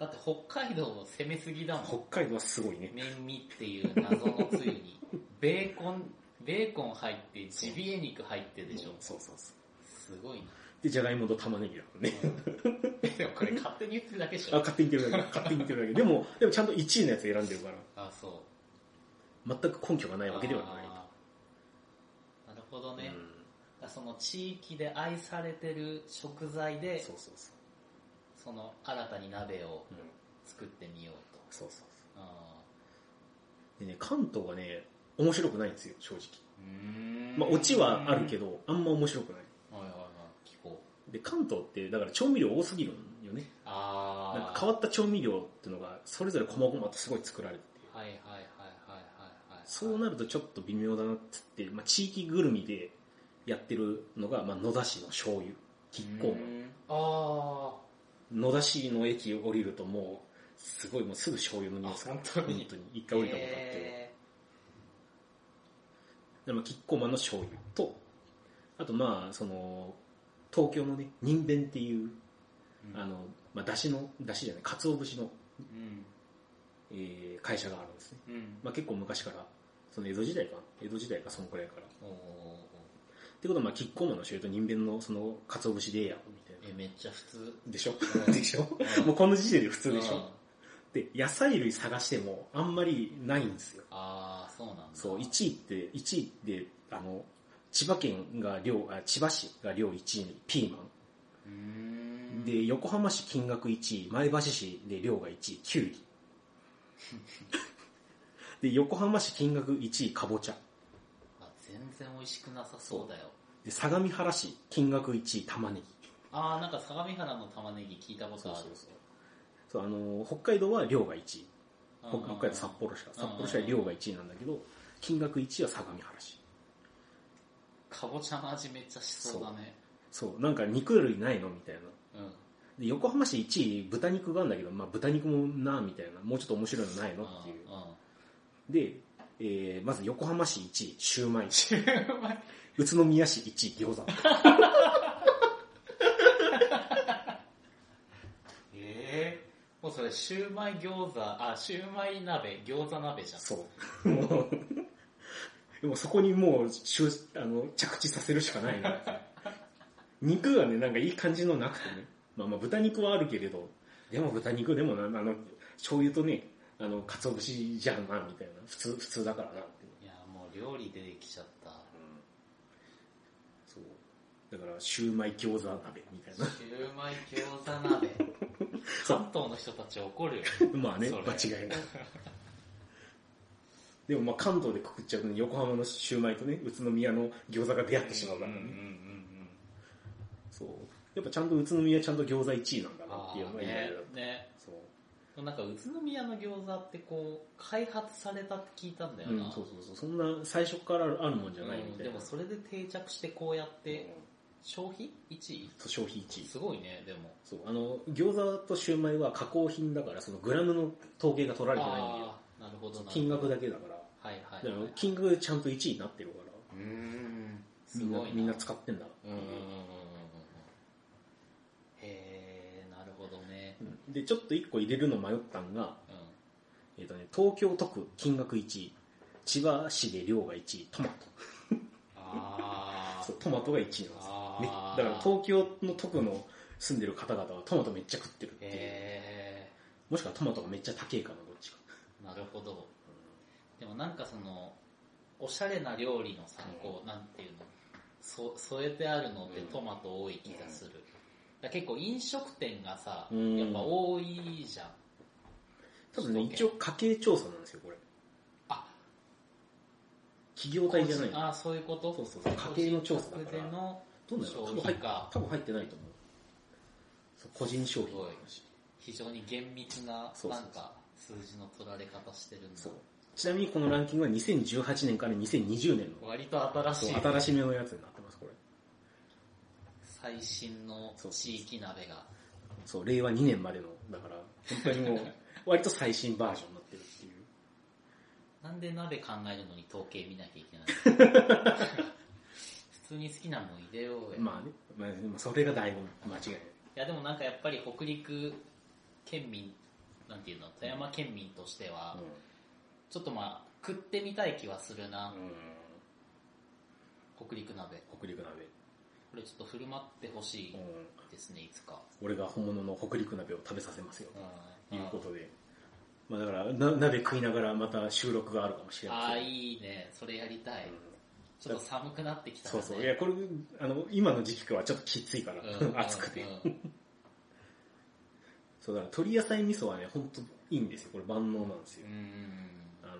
Speaker 2: だって北海道を攻めすぎだもん。
Speaker 1: 北海道はすごいね。
Speaker 2: 麺味っていう謎のつゆに。 ベーコン、ベーコン入って、ジビエ肉入ってるでしょ
Speaker 1: うん。そうそうそう。
Speaker 2: すごいな。
Speaker 1: で、じゃがいもと玉ねぎだもんね。
Speaker 2: でもこれ勝手に言ってるだけでし
Speaker 1: あ、
Speaker 2: ょ。
Speaker 1: 勝手に言ってるだけ。勝手に言ってるだけ。でも、でもちゃんと1位のやつ選んでるから、
Speaker 2: あ、そう。
Speaker 1: 全く根拠がないわけではない。
Speaker 2: あーなるほどね。
Speaker 1: うん
Speaker 2: だからその地域で愛されてる食材で、
Speaker 1: そうそうそう。
Speaker 2: その新たに鍋を
Speaker 1: うん、
Speaker 2: 作ってみようと。
Speaker 1: そうそうそ
Speaker 2: あ
Speaker 1: う。でね、関東はね、面白くないんですよ、正直。
Speaker 2: ーうーん
Speaker 1: まあ、オチはあるけ
Speaker 2: ど。
Speaker 1: ど、あんま面白くない。
Speaker 2: はいはいはい。聞こう。
Speaker 1: で、関東って、だから調味料多すぎるんよね。
Speaker 2: あー。
Speaker 1: なんか変わった調味料っていうのが、それぞれ細々とすごい作られてて、
Speaker 2: はいはいはいはいはいはい。
Speaker 1: そうなるとちょっと微妙だなっつって、まあ、地域ぐるみでやってるのが、まあ、野田市の醤油、キッコーマン。
Speaker 2: ン。あ
Speaker 1: 野田市の駅降りるともう、すごいもうすぐ醤油の匂いする
Speaker 2: あ本当に
Speaker 1: 本当に。一
Speaker 2: ー。
Speaker 1: 回降りたことあって。
Speaker 2: へ
Speaker 1: でまあキッコーマンの醤油と、あとまあ、その、東京のね、人弁っていう、
Speaker 2: ー
Speaker 1: あ、の、まあ、だしの、だしじゃない、鰹節の、
Speaker 2: うん。
Speaker 1: えー会社があるんですね。
Speaker 2: うん。
Speaker 1: まあ、結構昔から、その江戸時代かな江戸時代か、そのくらいから。っ
Speaker 2: おーおーお
Speaker 1: てことは、まあ、キッコーマンの醤油と人弁の、その、鰹節でええやろ、みた
Speaker 2: ーえ、
Speaker 1: いな。
Speaker 2: めっちゃ普通。
Speaker 1: でしょ
Speaker 2: うん
Speaker 1: でしょ
Speaker 2: う ん
Speaker 1: もうこの時点で普通でし
Speaker 2: うん
Speaker 1: ょで、野菜類探しても、あんまりないんですよ。
Speaker 2: あー、そうなんだ。
Speaker 1: そう、1位って、1位で、あの、千葉県が量、あ千葉市が量1位にピーマン。
Speaker 2: うーん。
Speaker 1: で、横浜市金額1位、前橋市で量が1位、 キュウリ。で、横浜市金額1位、かぼちゃ。
Speaker 2: あ全然美味しくなさそうだよ。
Speaker 1: で、相模原市金額1位、玉ねぎ。
Speaker 2: あー、なんか相模原の玉ねぎ聞いたことある。
Speaker 1: そう。そう、あのー、北海道は量が1位。
Speaker 2: うん
Speaker 1: 北北海道札幌市は。札幌市は量が1位なんだけど、金額1位は相模原市。
Speaker 2: かぼちゃの味めっちゃしそうだね。
Speaker 1: そう、なんか肉類ないのみたいな。
Speaker 2: うん。
Speaker 1: で、横浜市1位、豚肉があるんだけど、まあ豚肉もな、みたいな。もうちょっと面白いのないのっていう。で、えー、まず横浜市1位、シューマイ。
Speaker 2: うん。うまい。
Speaker 1: 宇都宮市1位、餃子。
Speaker 2: ええもうそれ、シューマイ餃子、あ、シューマイ鍋、餃子鍋じゃん。
Speaker 1: そう。 もう、でもそこにもう、しゅあの、着地させるしかないなって。肉がね、なんかいい感じのなくてね。まあまあ豚肉はあるけれど、でも豚肉でもな、あの、醤油とね、あの、鰹節じゃんな、みたいな。普通、普通だからな、って。
Speaker 2: いや、もう料理出てきち ゃった。
Speaker 1: そう。だから、シューマイ餃子鍋みたいな。
Speaker 2: シューマイ餃子鍋。関東の人たち怒るよ。
Speaker 1: まあね、
Speaker 2: そ
Speaker 1: 間
Speaker 2: れ
Speaker 1: 違いない。 でもまあ関東でくくっちゃうとね、横浜のシューマイとね、宇都宮の餃子が出会ってしまうからね。
Speaker 2: ん。
Speaker 1: そう。やっぱちゃんと宇都宮ちゃんと餃子1位なんだな
Speaker 2: あ
Speaker 1: っていうの
Speaker 2: あ、
Speaker 1: が意外だ
Speaker 2: ね
Speaker 1: った。、
Speaker 2: ね。
Speaker 1: そう。
Speaker 2: なんか宇都宮の餃子ってこう、開発されたって聞いたんだよ
Speaker 1: うん
Speaker 2: な。、
Speaker 1: そうそうそう。そんな最初からあるもんじゃないみ
Speaker 2: うん
Speaker 1: たいな。
Speaker 2: でもそれで定着してこうやって、消費 ?1 位
Speaker 1: 消費1位。
Speaker 2: すごいね、でも。
Speaker 1: そう、あの、餃子とシューマイは加工品だから、そのグラムの統計が取られてないんで、
Speaker 2: あーなるほどな。
Speaker 1: 金額
Speaker 2: だ。
Speaker 1: だけだから、
Speaker 2: はいはい、
Speaker 1: だ
Speaker 2: は
Speaker 1: か
Speaker 2: い。
Speaker 1: ら金額ちゃんと1位になってるから、
Speaker 2: うーん。す
Speaker 1: みんな
Speaker 2: ごいな。
Speaker 1: みんな使ってんだ。
Speaker 2: うんうんうんうんうんうん。へー、なるほどね。
Speaker 1: うんで、ちょっと1個入れるの迷ったんが、
Speaker 2: うん。
Speaker 1: えっ、とね、東京都区金額1位、千葉市で量が1位、トマト。
Speaker 2: あ
Speaker 1: そ
Speaker 2: ー
Speaker 1: う、トマトが1位なんですよ。めだ
Speaker 2: あ
Speaker 1: から
Speaker 2: ー。
Speaker 1: 東京の都区の住んでる方々はトマトめっちゃ食ってるっていう。
Speaker 2: へ
Speaker 1: もしくはトマトがめっちゃ高いかな、どっちか。
Speaker 2: ー、なるほど。でもなんかその、おしゃれな料理の参考、なんていうの、そ添えてあるのってトマト多い気がする。だから結構飲食店がさ、
Speaker 1: うん
Speaker 2: やっぱ多いじゃん。
Speaker 1: 多分ね、一応家計調査なんですよ、これ。
Speaker 2: あ、
Speaker 1: 企業体じゃない。
Speaker 2: あ、そういうこと
Speaker 1: そうそうそう家計の調査だから
Speaker 2: 個人宅での
Speaker 1: どうなんだろう多分
Speaker 2: 消
Speaker 1: 入っ
Speaker 2: 費か
Speaker 1: 多分入ってないと思う。そう個人消費の話
Speaker 2: 非常に厳密な、
Speaker 1: そうそう
Speaker 2: な
Speaker 1: そうん
Speaker 2: か、数字の取られ方してるんだ
Speaker 1: そう。ちなみにこのランキングは2018年から2020年の
Speaker 2: 割と新しい
Speaker 1: そう、新しめのやつになってます、これ。
Speaker 2: 最新の地域鍋が。
Speaker 1: そう、令和2年までの、だから、本当に もう、割と最新バージョンになってるっていう。
Speaker 2: なんで鍋考えるのに統計見なきゃいけない の普通に好きなもん入れようよ。
Speaker 1: まあね、まあ、まあそれが醍醐味、間違いない。
Speaker 2: いやでもなんかやっぱり北陸県民、なんていうの、富山県民としては、ちょっとまあ、食ってみたい気はするな
Speaker 1: う、ん、うん
Speaker 2: 北陸鍋。
Speaker 1: 北陸鍋、
Speaker 2: これちょっと振る舞ってほしい
Speaker 1: うん。
Speaker 2: ですね、いつか。
Speaker 1: 俺が本物の北陸鍋を食べさせますよ、
Speaker 2: う
Speaker 1: と
Speaker 2: ん
Speaker 1: いうことで。まあだから、な鍋食いながらまた収録があるかもしれ
Speaker 2: あ
Speaker 1: ま
Speaker 2: あ、
Speaker 1: せん。
Speaker 2: いいね。それやりたい。
Speaker 1: うん
Speaker 2: ちょっと寒くなってきた
Speaker 1: そ
Speaker 2: ら
Speaker 1: う
Speaker 2: ね。
Speaker 1: そう。いや、これ、あの、今の時期からはちょっときついから、
Speaker 2: う ん
Speaker 1: 暑くて。
Speaker 2: うん
Speaker 1: そう、だから鶏野菜味噌はね、ほんといいんですよ。これ万能なんですよ
Speaker 2: う。ん。
Speaker 1: あの、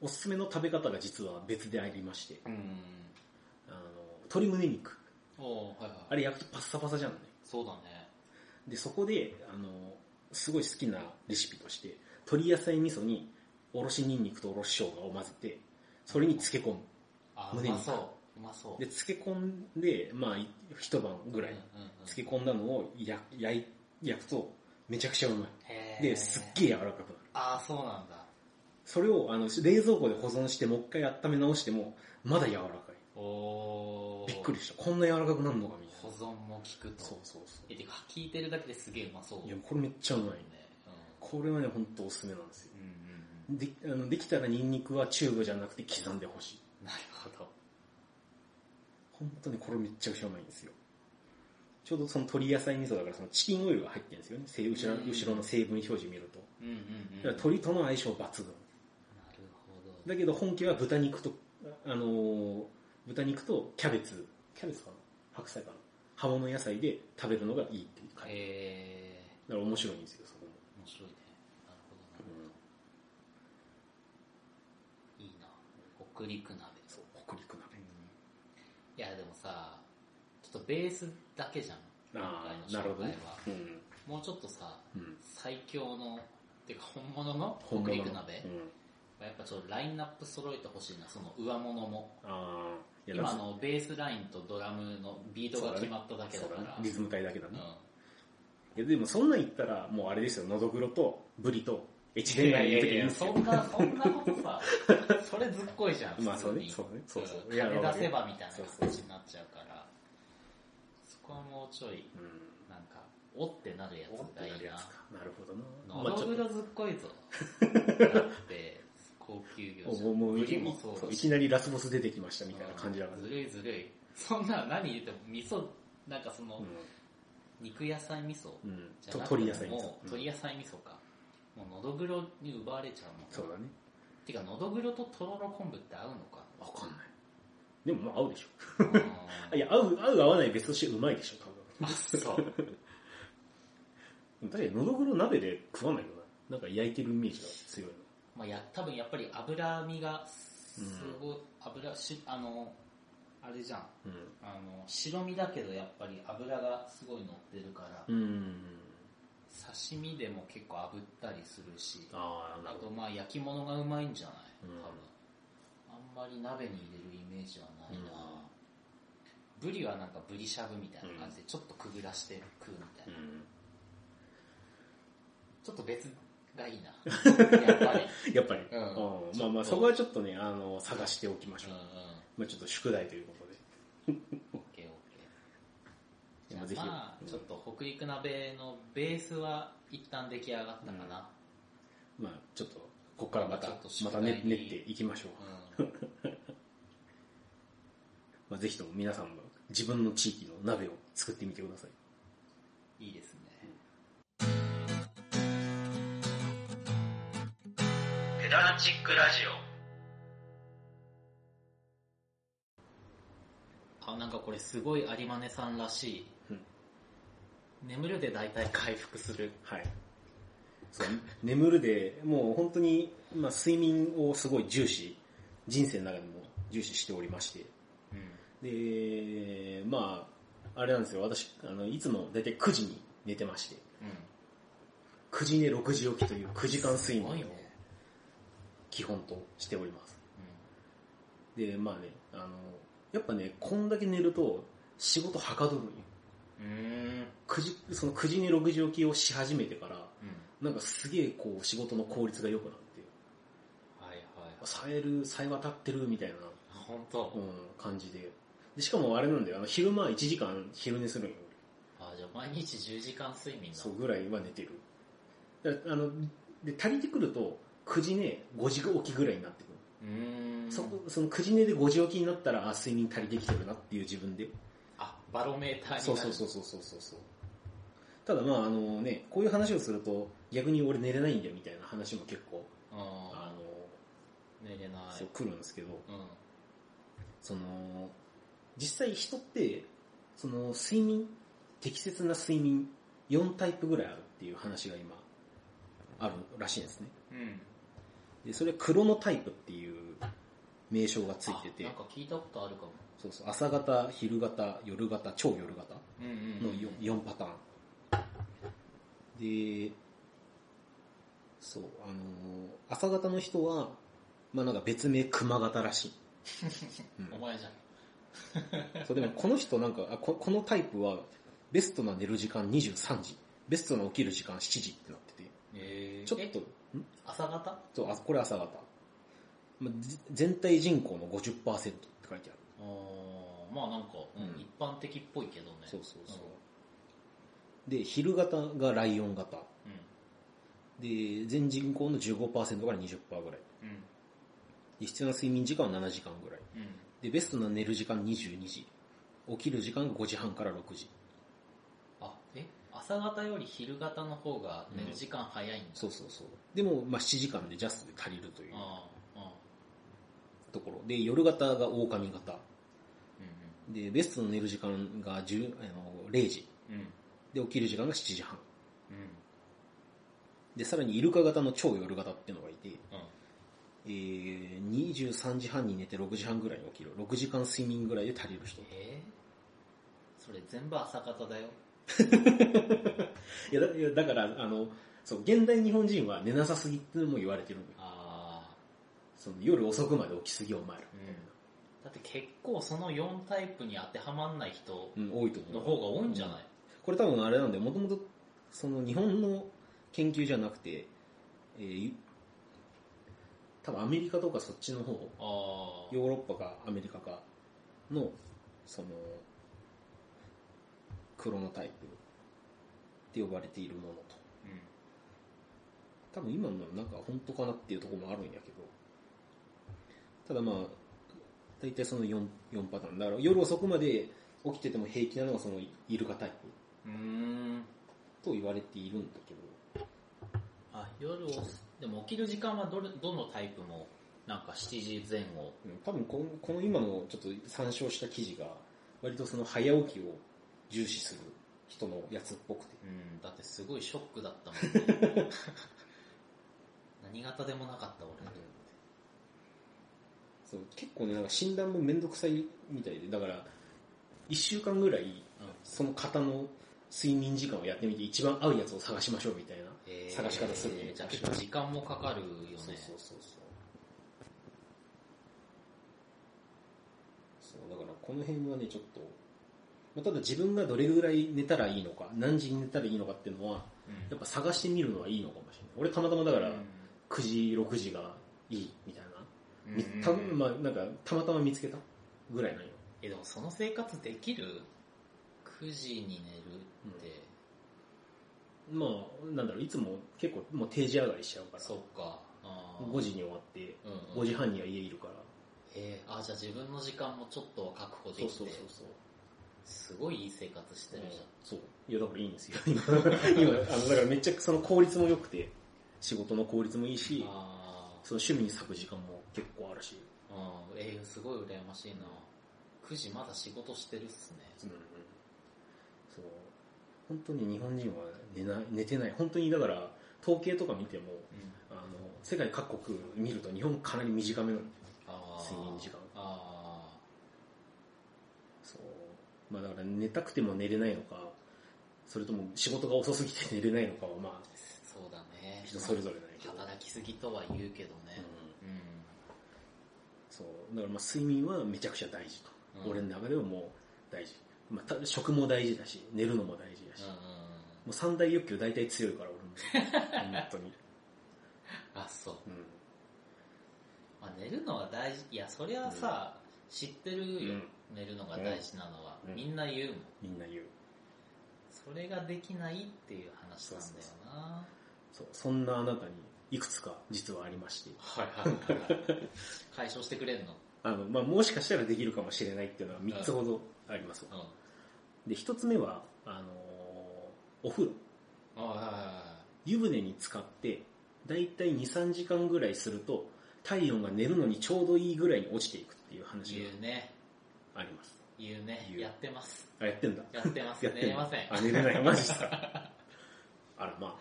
Speaker 1: おすすめの食べ方が実は別でありまして、
Speaker 2: うん。
Speaker 1: あの、鶏胸肉。
Speaker 2: おーはいはい。
Speaker 1: あれ焼くとパッサパサじゃんね。
Speaker 2: そうだね。
Speaker 1: で、そこで、あの、すごい好きなレシピとして、鶏野菜味噌におろしニンニクとおろし生姜を混ぜて、それに漬け込む。
Speaker 2: あ、う
Speaker 1: 胸肉
Speaker 2: まそう。うまそう。
Speaker 1: で、漬け込んで、まあ、い一晩ぐらい
Speaker 2: うんうんうん
Speaker 1: 漬け込んだのを焼焼い焼くと、めちゃくちゃうまい。
Speaker 2: へー
Speaker 1: で、すっげえ柔らかくなる。
Speaker 2: ああ、そうなんだ。
Speaker 1: それをあの冷蔵庫で保存して、もう一回温め直しても、まだ柔らか
Speaker 2: お
Speaker 1: い。びっく
Speaker 2: り。
Speaker 1: りした。こんな柔らかくなるのかみた
Speaker 2: 保
Speaker 1: いな。
Speaker 2: 存も効くと。
Speaker 1: そうそうそ
Speaker 2: え、てか、聞いてるだけですげえうまそう。
Speaker 1: う。いや、これめっちゃうまいね。
Speaker 2: ね。
Speaker 1: これはね、ほんとおすすめなんですよ
Speaker 2: う。ん。うんうん
Speaker 1: であのできたらニンニクはチューブじゃなくて刻んでほしい。
Speaker 2: うん。なるほど。
Speaker 1: ほんとにこれめっちゃくちゃうまいんですよ。ちょうどその鶏野菜味噌だからそのチキンオイルが入ってるんですよね。せ後ろ
Speaker 2: うん
Speaker 1: 後ろの成分表示見ると。
Speaker 2: うんうんう
Speaker 1: だか
Speaker 2: ん。な
Speaker 1: ら
Speaker 2: る
Speaker 1: 鶏との相性抜群。
Speaker 2: ほど。
Speaker 1: だけど本家は豚肉と、あのー豚肉とキャベツ、キャベツかな白菜かな葉物野菜で食べるのがいいっていう感じ。
Speaker 2: え
Speaker 1: だから面白いんですよ、そこも。
Speaker 2: ー、面白いね。なるほどな。いいな。北陸鍋。
Speaker 1: そう、北陸鍋。
Speaker 2: いや、でもさ、ちょっとベースだけじゃん。
Speaker 1: ああ、
Speaker 2: 今
Speaker 1: なるほ
Speaker 2: 回の紹
Speaker 1: ど
Speaker 2: 介
Speaker 1: ね
Speaker 2: は。。
Speaker 1: うん。
Speaker 2: もうちょっとさ、
Speaker 1: うん。
Speaker 2: 最強の、てか本物の
Speaker 1: 本
Speaker 2: 北
Speaker 1: 物の
Speaker 2: 陸鍋
Speaker 1: う、ん。
Speaker 2: やっぱちょっとラインナップ揃えてほしいな、その上物も。
Speaker 1: ああ、い
Speaker 2: 今あ
Speaker 1: だ
Speaker 2: のベースラインとドラムのビートが決まっただけだ
Speaker 1: そう
Speaker 2: か
Speaker 1: だね
Speaker 2: ら。。
Speaker 1: リズム体だけだ
Speaker 2: う
Speaker 1: ね
Speaker 2: ん。。
Speaker 1: いやでもそんなん言ったら、もうあれですよ、のどぐろとブリと越前ガニ入れていいんです
Speaker 2: そ
Speaker 1: よ。
Speaker 2: んな、そんなこと さ、それずっこいじゃん。
Speaker 1: まあそうね
Speaker 2: 普通に
Speaker 1: そうねそうそう
Speaker 2: うん
Speaker 1: いや
Speaker 2: 金
Speaker 1: わか
Speaker 2: 出
Speaker 1: る
Speaker 2: せ
Speaker 1: よ
Speaker 2: ばみたいな
Speaker 1: そうそう
Speaker 2: 感じになっちゃうから、そこはもうちょい、
Speaker 1: うん。
Speaker 2: なんか、おってなるやつがいいな。
Speaker 1: なるほどな。まあ
Speaker 2: の
Speaker 1: ち
Speaker 2: ど
Speaker 1: ょ
Speaker 2: ぐ
Speaker 1: っと
Speaker 2: ろずっこい ぞ。だって、高級魚じゃん。
Speaker 1: もう
Speaker 2: ブ
Speaker 1: い
Speaker 2: リ
Speaker 1: き
Speaker 2: もそう
Speaker 1: そう
Speaker 2: だ
Speaker 1: い
Speaker 2: し
Speaker 1: きなりラスボス出てきましたみたいな感じだから
Speaker 2: うん
Speaker 1: ね
Speaker 2: ずるいずるい。そんな何入れても味噌、なんかその、肉野菜味噌
Speaker 1: うん。うん。
Speaker 2: じ
Speaker 1: と
Speaker 2: ゃなくて
Speaker 1: 鶏野菜に
Speaker 2: もう
Speaker 1: そううん
Speaker 2: 鶏野菜味噌か。もうのどぐろに奪われちゃうもん。
Speaker 1: そうだね。
Speaker 2: てか、のどぐろととろろ昆布って合うの か。
Speaker 1: わかんない。でもまあ合うでしょ。
Speaker 2: あ
Speaker 1: あいや、合う、合う合わない別としてうまいでしょ、多
Speaker 2: ー、あそう。
Speaker 1: 分。確かに、のどぐろ鍋で食わないよな。なんか焼いてるイメージが強い
Speaker 2: まあや、多分やっぱり脂身が、すごい、脂、し、あの、あれじゃん。
Speaker 1: な。
Speaker 2: あの、白身だけどやっぱり脂がすごい乗ってるから、
Speaker 1: うん。うん。
Speaker 2: 刺身でも結構炙ったりするし、
Speaker 1: ああ、な
Speaker 2: あ
Speaker 1: るほ
Speaker 2: と
Speaker 1: ど。
Speaker 2: まあ焼き物がうまいんじゃない
Speaker 1: うん
Speaker 2: 多分。あんまり鍋に入れるイメージはないな、
Speaker 1: うん
Speaker 2: ブリはなんかブリしゃぶみたいな感じで、ちょっとくぐらして食うみたいな。ちょっと別がいいな。 やっぱり。
Speaker 1: うんやっぱり。
Speaker 2: うん
Speaker 1: うんまあまあ、そこはちょっとね、あの、探しておきまし
Speaker 2: う
Speaker 1: ょ
Speaker 2: ん
Speaker 1: う。
Speaker 2: うん。
Speaker 1: まあちょっと宿題ということで。
Speaker 2: オッケーオッケー。じゃ
Speaker 1: まあぜひ
Speaker 2: あまあ、ちょっと北陸鍋のベースは一旦出来上がったかな。
Speaker 1: まあちょっと、こっからまた、
Speaker 2: ちょっと宿
Speaker 1: ま
Speaker 2: 題
Speaker 1: た
Speaker 2: に
Speaker 1: ね練っていきましょう。
Speaker 2: うん。
Speaker 1: まあぜひとも皆さんも自分の地域の鍋を作ってみてください。
Speaker 2: いいですね。ペダンチックラジオ。あ、なんかこれすごい有馬根さんらしい。
Speaker 1: うん
Speaker 2: 眠るで大体回復する。
Speaker 1: はい。そう、眠るで、もう本当に、まあ睡眠をすごい重視、人生の中でも重視しておりまして。で、まああれなんですよ、私、あの、いつも大体9時に寝てまして、9時寝6時起きという9時間睡
Speaker 2: すごい
Speaker 1: 眠
Speaker 2: ね
Speaker 1: を基本としております。で、まあね、あの、やっぱね、こんだけ寝ると仕事はかどるんよ。
Speaker 2: うん。うん。
Speaker 1: 9時、その9時寝6時起きをし始めてから、なんかすげえこう仕事の効率が良くなって、
Speaker 2: はいはいはい。
Speaker 1: 冴える、冴え渡ってるみたいな、
Speaker 2: 本当
Speaker 1: う。ん、感じでで。しかもあれなんだよ、あの昼間1時間昼寝するんよ。
Speaker 2: あ、じゃあ毎日10時間睡眠だ。
Speaker 1: そうぐらいは寝てる。だあの、で、足りてくると、9時寝、5時起きぐらいになってくる。
Speaker 2: うーん。
Speaker 1: そこ、その9時寝で5時起きになったら、あ、睡眠足りてきてるなっていう自分で。
Speaker 2: あ、バロメーターになる。
Speaker 1: そうそうそうそうそうそうそう。ただまああのね、こういう話をすると、逆に俺寝れないんだよみたいな話も結構、あ
Speaker 2: う
Speaker 1: の、
Speaker 2: ん。寝れな
Speaker 1: そう
Speaker 2: い。
Speaker 1: 来るんですけど、
Speaker 2: うん。
Speaker 1: その、実際人って、その睡眠、適切な睡眠、4タイプぐらいあるっていう話が今、あるらしいんですね。
Speaker 2: うん。
Speaker 1: で、それはクロノタイプっていう名称がついて
Speaker 2: あ
Speaker 1: て
Speaker 2: なん、か聞いたことあるかも。
Speaker 1: そうそう、朝型、昼型、夜型、超夜型
Speaker 2: うんうん
Speaker 1: の 4, 4パターン。で、そう、あのー朝型の人は、まあなんか別名熊型らしい。うん
Speaker 2: お前じゃん。
Speaker 1: そうでもこの人なんかあこ、このタイプはベストな寝る時間23時、ベストな起きる時間7時ってなってて、
Speaker 2: え
Speaker 1: ちょっと、
Speaker 2: え
Speaker 1: ん
Speaker 2: 朝方
Speaker 1: そうあこれ朝方。まあぜ全体人口の50%って書いてある。
Speaker 2: あーまあなんか、うん
Speaker 1: うん
Speaker 2: 一般的っぽいけどね。
Speaker 1: そうそうそう。で、昼型がライオン型。で、全人口の15%から20%ぐらい。
Speaker 2: うん。うん。
Speaker 1: で、必要な睡眠時間は7時間ぐらい。
Speaker 2: うん。
Speaker 1: で、ベストな寝る時間22時。起きる時間が5時半から6時。
Speaker 2: あ、え朝方より昼方の方が寝る時間早いんだ。
Speaker 1: そうそうそう。でも、まあ7時間でジャストで足りるという
Speaker 2: ああ、あ
Speaker 1: ところ。で、夜型が狼型。
Speaker 2: あ
Speaker 1: で、ベストの寝る時間が10あの0時。
Speaker 2: うんうん。うん。
Speaker 1: で、起きる時間が7時半。
Speaker 2: うん。
Speaker 1: で、さらにイルカ型の超夜型っていうのがいて、
Speaker 2: うん。
Speaker 1: えー、23時半に寝て6時半ぐらいに起きる。6時間睡眠ぐらいで足りる人。い
Speaker 2: えー、それ全部朝方だよ。
Speaker 1: や、だいやだから、あの、そう、現代日本人は寝なさすぎってのも言われてるのよ。
Speaker 2: ああ。
Speaker 1: その夜遅くまで起きすぎお前ら。
Speaker 2: うん。だって結構その4タイプに当てはまんない人
Speaker 1: うん、多いと思
Speaker 2: の
Speaker 1: う。
Speaker 2: 方が多いんじゃない、
Speaker 1: これ多分あれなんで、もともと、その日本の研究じゃなくて、えー、多分アメリカとかそっちの方、
Speaker 2: ああ。
Speaker 1: ヨーロッパかアメリカかの、その、クロノタイプって呼ばれているものと。
Speaker 2: うん。
Speaker 1: 多分今のなんか本当かなっていうところもあるんやけど。ただまあ、大体その 4, 4パターン。だから夜遅くまで起きてても平気なのがそのイルカタイプ
Speaker 2: うーん
Speaker 1: と言われているんだけど。
Speaker 2: あ夜をでも起きる時間はどれどのタイプもなんか7時前後
Speaker 1: うん多分このこの今のちょっと参照した記事が、割とその早起きを重視する人のやつっぽくて。
Speaker 2: うんだってすごいショックだったもん、ね、 何型でもなかった俺
Speaker 1: そう結構ね、なんか診断もめんどくさいみたいで、だから、1週間ぐらい、その方の睡眠時間をやってみて、一番合うやつを探しましょうみたいな、
Speaker 2: えー
Speaker 1: 探し方するね
Speaker 2: じゃあ結構時間もかかるよね
Speaker 1: そうそうそうそう。そう、だからこの辺はね、ちょっと、まあただ自分がどれぐらい寝たらいいのか、何時に寝たらいいのかっていうのは、やっぱ探してみるのはいいのかもしれない。俺たまたまだから、9時、6時がいいみたいな。みたまあ、なんか、たまたま見つけたぐらいなんよ。
Speaker 2: え、でもその生活できる ?9 時に寝るって、
Speaker 1: まあ、なんだろう、いつも結構もう定時上がりしちゃうから、
Speaker 2: そうか。あー
Speaker 1: 5時に終わって、
Speaker 2: うんうん
Speaker 1: 5時半には家いるから。
Speaker 2: えーあー、じゃあ自分の時間もちょっとは確保でき
Speaker 1: そ
Speaker 2: て
Speaker 1: う、そうそうそう。
Speaker 2: すごいいい生活してるじゃん。
Speaker 1: そう。いや、だからいいんですよ。 今、今あのだからめっちゃその効率も良くて、仕事の効率もいいし、
Speaker 2: あ
Speaker 1: その趣味に割く時間も結構あるし、
Speaker 2: ーうん、えーすごい羨ましいな。9時まだ仕事してるっすね。
Speaker 1: うん、そう。本当に日本人は寝ない、寝てない。本当にだから、統計とか見ても、あの、世界各国見ると日本かなり短めなの。
Speaker 2: あー
Speaker 1: 睡眠時間
Speaker 2: あ
Speaker 1: そう。まあだから寝たくても寝れないのか、それとも仕事が遅すぎて寝れないのかはま
Speaker 2: ーそうだね
Speaker 1: あ、。人それぞれだけど。
Speaker 2: 働きすぎとは言うけどね。
Speaker 1: うん
Speaker 2: うん。
Speaker 1: そう。だからまあ睡眠はめちゃくちゃ大事と。
Speaker 2: うん
Speaker 1: 俺の中ではもう大事。まあた食も大事だし、寝るのも大事だし。
Speaker 2: うんうん
Speaker 1: も
Speaker 2: うん
Speaker 1: う三大欲求大体強いから 俺も。本当に。
Speaker 2: あ、そう。
Speaker 1: うん。
Speaker 2: まあ、寝るのは大事。いや、そりゃさ、知ってるよ、寝るのが大事なのは。
Speaker 1: うん
Speaker 2: みんな言うもん。
Speaker 1: みんな言う。
Speaker 2: それができないっていう話なんだよな。
Speaker 1: そう。そんなあなたにいくつか実はありまして。
Speaker 2: はいはいはい。解消してくれんの。
Speaker 1: あの、まあ、もしかしたらできるかもしれないっていうのは3つほどあります
Speaker 2: う。ん。
Speaker 1: で、1つ目は、あのーお風呂。
Speaker 2: ああ
Speaker 1: 湯船に浸かって、だいたい2、3時間ぐらいすると、体温が寝るのにちょうどいいぐらいに落ちていくっていう話
Speaker 2: 言うね。
Speaker 1: があります。
Speaker 2: 言うね。
Speaker 1: 言う
Speaker 2: やってます。
Speaker 1: あ、やってんだ。
Speaker 2: やってます。
Speaker 1: やって
Speaker 2: 寝
Speaker 1: ん
Speaker 2: れません。
Speaker 1: あ、寝れない。マジさ。 あら、まあ。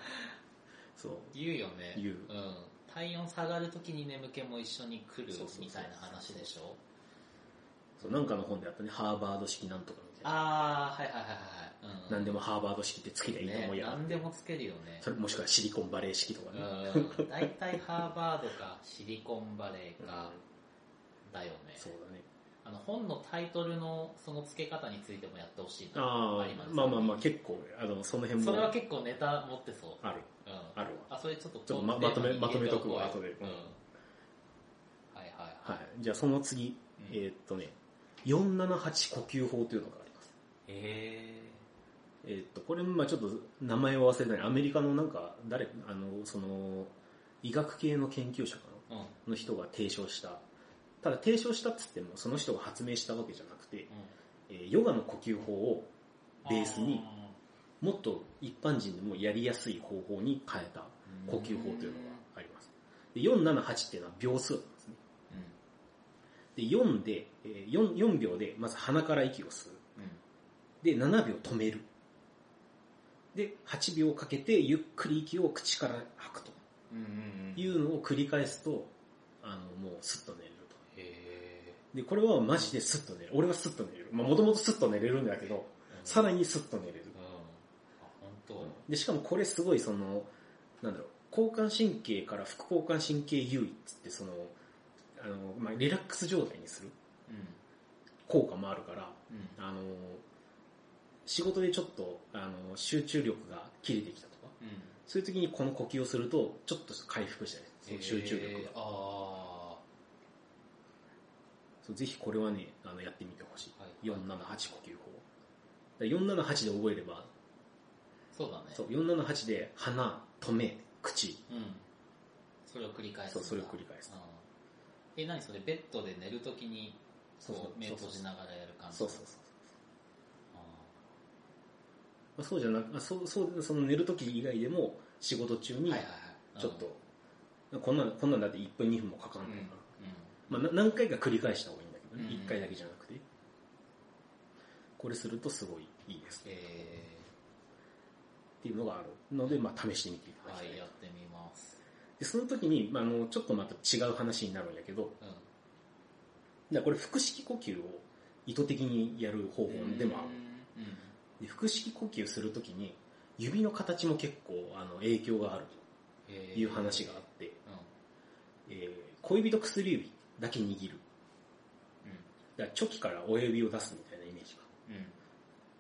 Speaker 1: そう。
Speaker 2: 言うよね。。
Speaker 1: 言うん
Speaker 2: 体温下がるときに眠気も一緒に来る
Speaker 1: そうそうそう
Speaker 2: みたいな話でしょ
Speaker 1: そう。なんかの本であったね、ハーバード式なんとかみたいな。
Speaker 2: ああ、はいはいはいはい。うん。
Speaker 1: なんでも
Speaker 2: も
Speaker 1: ハーバード式ってつけりゃいいと思う
Speaker 2: ね。
Speaker 1: や。
Speaker 2: なんんでもつけるよね。
Speaker 1: それもしくはシリコンバレー式とかね。
Speaker 2: うん大体ハーバードかシリコンバレーか
Speaker 1: う
Speaker 2: だよね
Speaker 1: ん。そうだね。
Speaker 2: あの本のタイトルのその付け方についてもやってほしいな。
Speaker 1: あ
Speaker 2: ります
Speaker 1: あ、まあまあまあ結構、あの、その辺も。
Speaker 2: それは結構ネタ持ってそう。
Speaker 1: ある、
Speaker 2: うん。
Speaker 1: あるわ。
Speaker 2: あ、それちょっと
Speaker 1: ちょっとままとめまとめとくわ
Speaker 2: 後で。
Speaker 1: 後で
Speaker 2: うん。はいはい
Speaker 1: は
Speaker 2: はい。
Speaker 1: い。じゃあその次、
Speaker 2: うん
Speaker 1: えーっとね、478呼吸法というのがあります。
Speaker 2: え
Speaker 1: えーっと、これ、まあちょっと名前を忘れない。アメリカのなんか、誰、あの、その、医学系の研究者か
Speaker 2: ー。うん。うん。
Speaker 1: なの人が提唱した。ただ提唱したっつっても、その人が発明したわけじゃなくて、えーヨガの呼吸法をベースに、もっと一般人でもやりやすい方法に変えた呼吸法というのがあります。で478っていうのは秒数なんですね。
Speaker 2: う
Speaker 1: で、4で、えー4、4秒で、まず鼻から息を吸う。
Speaker 2: ん。うん。
Speaker 1: で、7秒止める。で、8秒かけて、ゆっくり息を口から吐くと
Speaker 2: うんうんうん。
Speaker 1: い
Speaker 2: へ
Speaker 1: うのを繰り返すと、あの、もうスッと寝れると。
Speaker 2: え。
Speaker 1: で、これはマジでスッと寝る。俺はスッと寝れる。まあ、もともとスッと寝れるんだけど、さら
Speaker 2: に。
Speaker 1: にスッと寝れる
Speaker 2: うん。。あ、本当。
Speaker 1: で、しかもこれすごいその、なんだろう、交感神経から副交感神経優位っつって、その、あの、まあ、リラックス状態にする
Speaker 2: うん。
Speaker 1: 効果もあるから、
Speaker 2: うん。
Speaker 1: あの、仕事でちょっと、あの、集中力が切れてきたとか、
Speaker 2: うん。
Speaker 1: そういう時にこの呼吸をすると、ちょっと回復したりする、その集中力
Speaker 2: えー
Speaker 1: が。
Speaker 2: あ
Speaker 1: そうぜひこれはね、あの、やってみてほしい。
Speaker 2: はい
Speaker 1: 478呼吸法。だから478で覚えれば、
Speaker 2: あ、そうだね。
Speaker 1: そう、478で鼻、止め、口。
Speaker 2: うん。それを繰り返すん
Speaker 1: そ
Speaker 2: だ。
Speaker 1: う、それを繰り返す
Speaker 2: うん。。え、何それ、ベッドで寝るときに、
Speaker 1: そうそう
Speaker 2: こう、目
Speaker 1: そうそう
Speaker 2: 閉じながらやる感じ。
Speaker 1: そうそうそう。
Speaker 2: あ
Speaker 1: まあ、そうじゃなく、あそう、そう、その寝る時以外でも、仕事中
Speaker 2: ー。
Speaker 1: に
Speaker 2: はい、はいはい。
Speaker 1: ちょっと、こんな、こんなんだって1分2分もかか
Speaker 2: うんん。う。
Speaker 1: なんい
Speaker 2: うん
Speaker 1: から。まあ、な何回か繰り返した方がいいんだけどね。
Speaker 2: うん
Speaker 1: 一回だけじゃなくて。これするとすごいいいです。
Speaker 2: え
Speaker 1: っていうのがあるので、まあ、試してみてい
Speaker 2: ー、
Speaker 1: ただき
Speaker 2: は
Speaker 1: たい。
Speaker 2: い、やってみます。
Speaker 1: で、その時に、まあ、あの、ちょっとまた違う話になるんやけど、
Speaker 2: うん。
Speaker 1: じゃあこれ腹式呼吸を意図的にやる方法でもある。
Speaker 2: うん。うん。
Speaker 1: で腹式呼吸する時に、指の形も結構、あの、影響がある
Speaker 2: え
Speaker 1: と
Speaker 2: ー
Speaker 1: いう話があって、
Speaker 2: うん。
Speaker 1: えー小指と薬指だけ握る。
Speaker 2: うん。
Speaker 1: だからチョキから親指を出すみたいなイメージが。
Speaker 2: うん。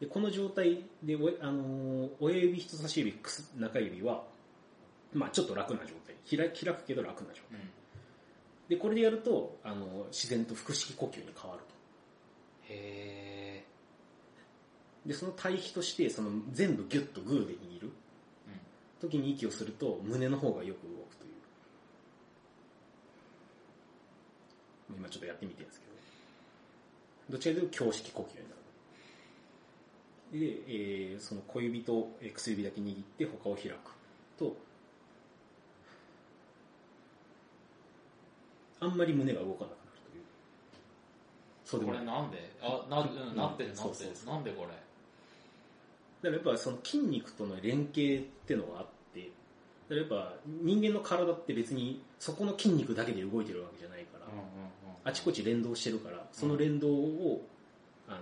Speaker 1: で、この状態で、おあのー親指、人差し指、くす中指は、まあちょっと楽な状態。開開くけど楽な状態。
Speaker 2: うん。
Speaker 1: で、これでやると、あのー自然と腹式呼吸に変わると。
Speaker 2: へ
Speaker 1: で、その対比として、その全部ギュッとグーで握る
Speaker 2: ー。うん。
Speaker 1: 時に息をすると、胸の方がよく動くという。今ちょっとやってみてるんですけど。どちらかというと胸式呼吸になる。で、えーその小指とえー薬指だけ握って他を開くと、あんまり胸が動かなくなるという。そうで
Speaker 2: こ
Speaker 1: もな
Speaker 2: れ
Speaker 1: い。
Speaker 2: なんであ、な、うん、なってるな
Speaker 1: そう
Speaker 2: って
Speaker 1: そう
Speaker 2: る
Speaker 1: そ。う
Speaker 2: なんでこれ
Speaker 1: だからやっぱその筋肉との連携ってのがあって、だからやっぱ人間の体って別にそこの筋肉だけで動いてるわけじゃないから、あちこ
Speaker 2: ち。
Speaker 1: ち連動してるから、その連動を、あの、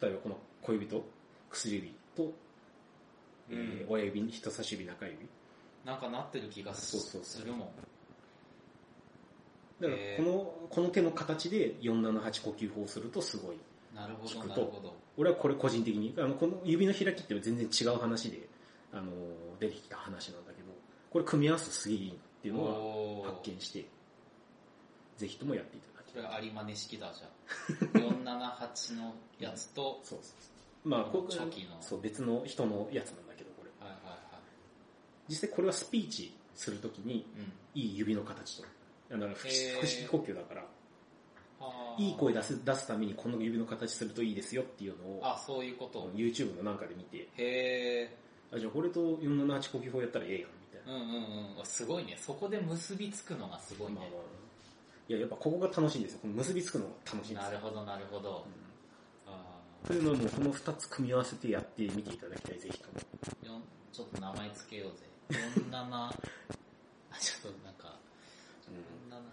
Speaker 1: 例えばこの小指と薬指と、えー
Speaker 2: うん
Speaker 1: 親指、人差し指、中指。
Speaker 2: なんかなってる気がす
Speaker 1: そうそうそう
Speaker 2: するもん。
Speaker 1: だから
Speaker 2: へー
Speaker 1: この、この手の形で478呼吸法をするとすごい。
Speaker 2: なるほ
Speaker 1: 聞
Speaker 2: ど、
Speaker 1: くと
Speaker 2: なるほど。
Speaker 1: 俺はこれ個人的に、あの、この指の開きっていうのは全然違う話で、あの、出てきた話なんだけど、これ組み合わすとすげえいいなっていうのは、
Speaker 2: おー
Speaker 1: 発見して、ぜひともやっていただき
Speaker 2: これ
Speaker 1: たい。
Speaker 2: 有馬根式だ じゃん。478のやつと、
Speaker 1: そうそうそう。まあ、こう
Speaker 2: 初期の
Speaker 1: そう、別の人のやつなんだけど、これ。
Speaker 2: はいはいは
Speaker 1: 実際これはスピーチするときに、
Speaker 2: い。うん
Speaker 1: いい指の形と。だから、腹
Speaker 2: へ
Speaker 1: 式
Speaker 2: ー
Speaker 1: 腹式呼吸だから、
Speaker 2: あー。
Speaker 1: いい声出す、出すためにこの指の形するといいですよっていうのを、
Speaker 2: あ、そういうこと。
Speaker 1: YouTube のなんかで見て、
Speaker 2: へえ。
Speaker 1: あ、じゃあこれと478呼吸法やったらええやん、みたいな
Speaker 2: うんうんうん。すごいね。そこで結びつくのがすごい。
Speaker 1: まあ
Speaker 2: ね
Speaker 1: ま。あいや、やっぱここが楽しいんですよ。この結びつくのが楽しいんですよ。
Speaker 2: なるほど、なるほど。
Speaker 1: うん
Speaker 2: あ
Speaker 1: というのをもうこの2つ組み合わせてやってみていただきたい、ぜひとも。
Speaker 2: ーよんちょっと名前つけようぜ。47、あ、ちょっとなんか、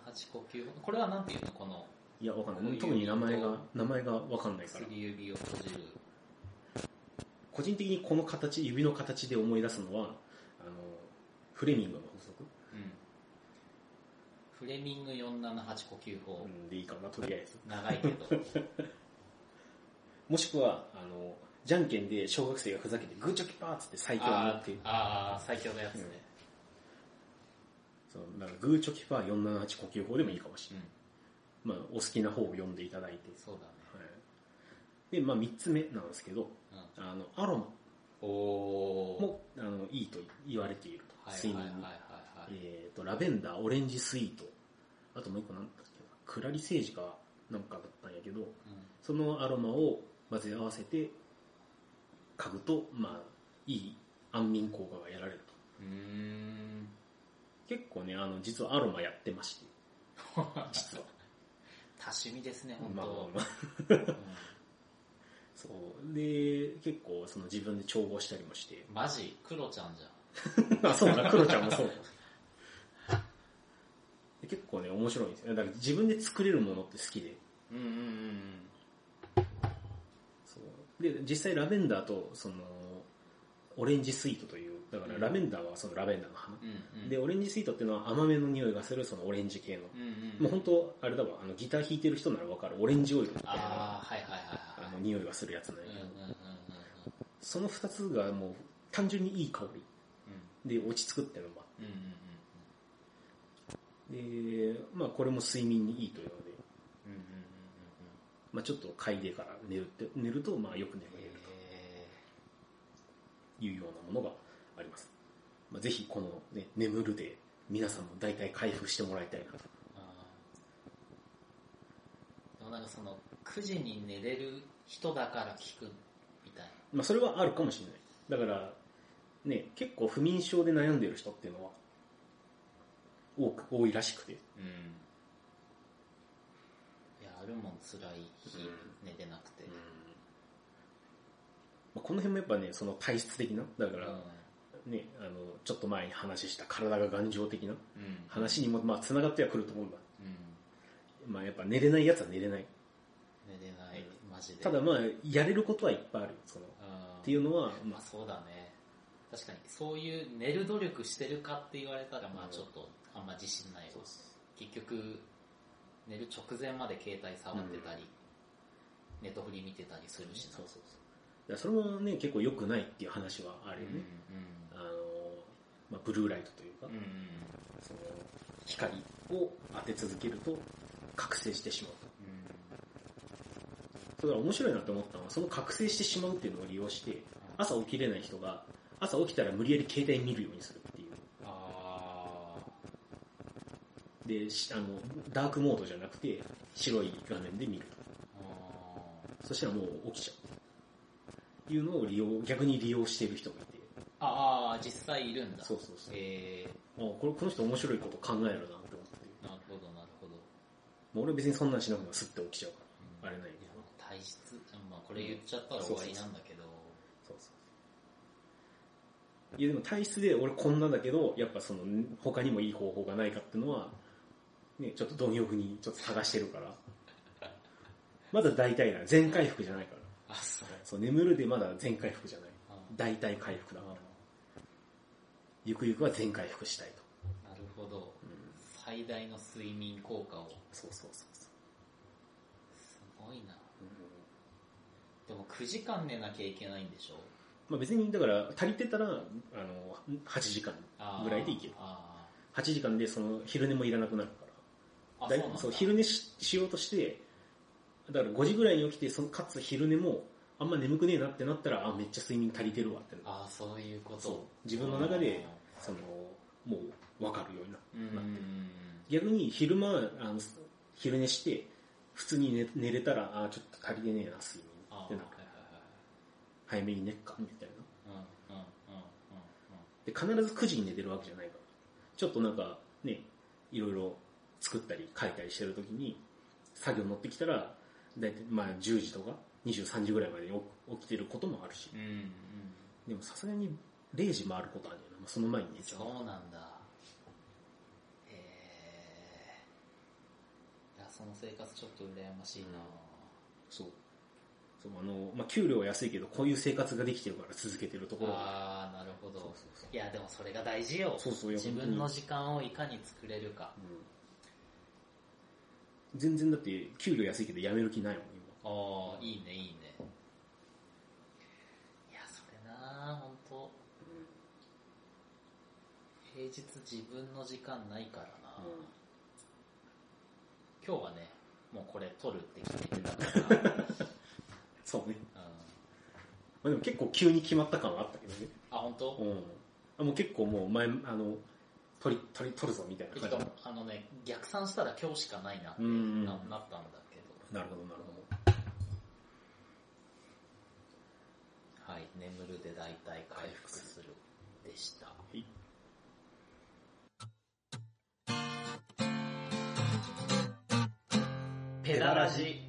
Speaker 2: 478呼吸法。これはなんていうのこの、
Speaker 1: いや、わかん
Speaker 2: こ
Speaker 1: な
Speaker 2: う
Speaker 1: い。
Speaker 2: いう
Speaker 1: 特に名前が、名前がわかんないから。
Speaker 2: 薬指を閉じる。
Speaker 1: 個人的にこの形、指の形で思い出すのは、あの、フレミングの法則
Speaker 2: うん。フレミング478呼吸法
Speaker 1: う。んでいいかな、とりあえず。
Speaker 2: 長いけど。
Speaker 1: もしくは、あの、じゃんけんで小学生がふざけてグーチョキパーっつって 最強にな
Speaker 2: あ
Speaker 1: って
Speaker 2: ー、あー最強のやつね。
Speaker 1: そう、なんかグーチョキパー478呼吸法でもいいかもし
Speaker 2: う
Speaker 1: れ
Speaker 2: ん。
Speaker 1: ない。まあ、お好きな方を読んでいただいて。
Speaker 2: そうだ
Speaker 1: はい、で、まあ、3つ目なんですけど、
Speaker 2: ね。
Speaker 1: あの、アロマ
Speaker 2: うん。おー。
Speaker 1: も、あの、いいと言われていると。
Speaker 2: はい
Speaker 1: 睡
Speaker 2: はい
Speaker 1: 眠
Speaker 2: はい
Speaker 1: に。
Speaker 2: はいはい。
Speaker 1: えー、と、ラベンダー、オレンジスイート。あともう一個なんだっけなクラリセージかなんかだったんやけど、
Speaker 2: うん
Speaker 1: そのアロマを混ぜ合わせて嗅ぐと、まあ、いい安眠効果が得られると。
Speaker 2: うーん。
Speaker 1: 結構ね、あの、実はアロマやってまして、
Speaker 2: 多
Speaker 1: 実は。
Speaker 2: 趣味ですね、本
Speaker 1: まあまあ
Speaker 2: 当。
Speaker 1: まあ
Speaker 2: うん
Speaker 1: そう。で、結構その自分で調合したりもして。
Speaker 2: マジ、クロちゃんじゃん。
Speaker 1: あ、そうだ、クロちゃんもそうだ。で結構ね、面白いんですよ。だから自分で作れるものって好きで。
Speaker 2: うんうんうん
Speaker 1: そうで実際ラベンダーとそのオレンジスイートというだからラベンダーはそのラベンダーの花、
Speaker 2: うん。うんうん。
Speaker 1: で、オレンジスイートっていうのは甘めの匂いがするそのオレンジ系の、
Speaker 2: うんうん。
Speaker 1: もう本当あれだわあのギター弾いてる人ならわかるオレンジオイルみたいな
Speaker 2: ああ、はいはいはい
Speaker 1: あ
Speaker 2: はい。
Speaker 1: の匂いがするやつなんや
Speaker 2: うん
Speaker 1: け
Speaker 2: うん
Speaker 1: ど、
Speaker 2: うんうん
Speaker 1: その2つがもう単純にいい香りで落ち着くっていうのもあ
Speaker 2: うん。うんうんうん
Speaker 1: ってでまあこれも睡眠にいいというので、
Speaker 2: うん。うんうんうん
Speaker 1: まあ、ちょっと嗅いでから寝るって寝るとまあよく眠
Speaker 2: うんうん。
Speaker 1: れる
Speaker 2: え
Speaker 1: というようなものがあります、まあ、ぜひこの、ね、眠るで皆さんも大体回復してもらいたいなと
Speaker 2: ーあーでもなんかその、9時に寝れる人だから聞くみたいな。
Speaker 1: まあ、それはあるかもしれない。だから、ね、結構不眠症で悩んでる人っていうのは、多く、多いらしくて。
Speaker 2: うん。いや、あるもん辛い日、
Speaker 1: うん
Speaker 2: 寝てなくて。
Speaker 1: まあ、この辺もやっぱね、その体質的な、だからね、あの、ちょっと前に話した体が頑丈的な
Speaker 2: うん。
Speaker 1: 話にも、まあ、繋がってはくると思うんだ。
Speaker 2: うん。
Speaker 1: まあ、やっぱ寝れないやつは寝れない。
Speaker 2: 寝れない、マジで。
Speaker 1: ただまあ、やれることはいっぱいある。その、っ
Speaker 2: うん、
Speaker 1: ていうのは、
Speaker 2: ま
Speaker 1: ま
Speaker 2: あ
Speaker 1: あ、
Speaker 2: そうだね。確かに、そういう寝る努力してるかって言われたら、まあちょっと、あんま自信ないわ。結局、寝る直前まで携帯触ってたり、ネットフリ見てたりするしな。
Speaker 1: そうそうそう。らそれもね、結構良くないっていう話はあ
Speaker 2: う
Speaker 1: る
Speaker 2: ん
Speaker 1: よね。あの、まあ、ブルーライトというか
Speaker 2: うんう、ん
Speaker 1: その光を当て続けると覚醒してしまうと。
Speaker 2: うん
Speaker 1: それから面白いなと思ったのは、その覚醒してしまうっていうのを利用して、朝起きれない人が、朝起きたら無理やり携帯見るようにするっていう。
Speaker 2: あ
Speaker 1: で、しあの、ダークモードじゃなくて、白い画面で見る
Speaker 2: ーあー
Speaker 1: と。そしたらもう起きちゃう。いうのを利用、逆に利用している人がいて。
Speaker 2: ああ、実際いるんだ。
Speaker 1: そうそうそう。
Speaker 2: え
Speaker 1: あこれこの人面白いこと考えるなって思って。
Speaker 2: ー、なるほど、なるほど。
Speaker 1: もう俺別にそんなんしなくてもスッて起きちゃうか
Speaker 2: うん
Speaker 1: ら。あれないけ
Speaker 2: い
Speaker 1: ど
Speaker 2: や。体質、まあこれ言っちゃったら終わりなんだけど、
Speaker 1: そうそう。いやでも体質で俺こんなだけど、やっぱその他にもいい方法がないかってのは、ね、ちょっと貪欲にちょっと探してるから。まだ大体な、全回復じゃないから。
Speaker 2: あ、そう。
Speaker 1: そう、眠るでまだ全回復じゃない。
Speaker 2: あ
Speaker 1: 大体回復だから。ゆくゆくは全回復したいと。
Speaker 2: なるほど。
Speaker 1: うん、
Speaker 2: 最大の睡眠効果を。
Speaker 1: そうそうそうそう、
Speaker 2: すごいな。
Speaker 1: うん
Speaker 2: でも9時間寝なきゃいけないんでしょ
Speaker 1: まあ別に、だから足りてたら、あの、8時間
Speaker 2: あー
Speaker 1: ぐらいでいける。
Speaker 2: あ
Speaker 1: 8時間でその昼寝もいらなくなるから。
Speaker 2: ー
Speaker 1: だ
Speaker 2: あ、そう
Speaker 1: い
Speaker 2: なんだ。
Speaker 1: そう昼寝ししようとして、だから5時ぐらいに起きて、そのかつ昼寝も、あんま眠くねえなってなったら、あ、めっちゃ睡眠足りてるわってなる
Speaker 2: ああ、そういうこと。
Speaker 1: そう自分の中で、その、もう分かるようになる。
Speaker 2: うんうんうん。
Speaker 1: 逆に昼間、あの昼寝して、普通に寝寝れたら、あ、ちょっと足りてねえな、睡眠
Speaker 2: あ
Speaker 1: っ
Speaker 2: ー
Speaker 1: て
Speaker 2: はい
Speaker 1: な
Speaker 2: は
Speaker 1: る。早めに寝っか、みたいな。
Speaker 2: いはい。うんうんうんうん
Speaker 1: で、必ず9時に寝てるわけじゃないから。ちょっとなんか、ね、いろいろ作ったり書いたりしてるときに、作業持ってきたら、だいたいまあ10時とか23時ぐらいまでに起起きてることもあるし。
Speaker 2: うん。うんうん。
Speaker 1: でもさすがに0時回ることあるよね。まあその前に寝ちゃう。
Speaker 2: そうなんだ。へえ。いや、その生活ちょっと羨ましいな。
Speaker 1: そう。そう、あの、まあ給料は安いけど、こういう生活ができてるから続けてるところがある
Speaker 2: ああ、なるほ
Speaker 1: そう
Speaker 2: ど。
Speaker 1: そう
Speaker 2: いや、でもそれが大事よ。
Speaker 1: そう。そうそう、いや
Speaker 2: 自
Speaker 1: 本当
Speaker 2: 分
Speaker 1: に
Speaker 2: の時間をいかに作れるか。
Speaker 1: うん全然だって、給料安いけど辞める気ないもん、今。
Speaker 2: ああ、いいね、いいね。いや、それなあ、ほんと。平日自分の時間ないから
Speaker 1: う
Speaker 2: な、
Speaker 1: ん
Speaker 2: 今日はね、もうこれ撮るって決めてた から、うん。
Speaker 1: そうね。まあ、でも結構急に決まった感はあったけどね。
Speaker 2: あ、ほんと
Speaker 1: うん。あもう結構もう前、あの、取り、取り、取るぞみたいな
Speaker 2: てか
Speaker 1: 感じ。
Speaker 2: あのね、逆算したら今日しかないなって
Speaker 1: うんうん
Speaker 2: ななったんだけど。
Speaker 1: なるほど、なる
Speaker 2: はい、眠るで大体回復するでした。
Speaker 1: い
Speaker 2: ペダラジ。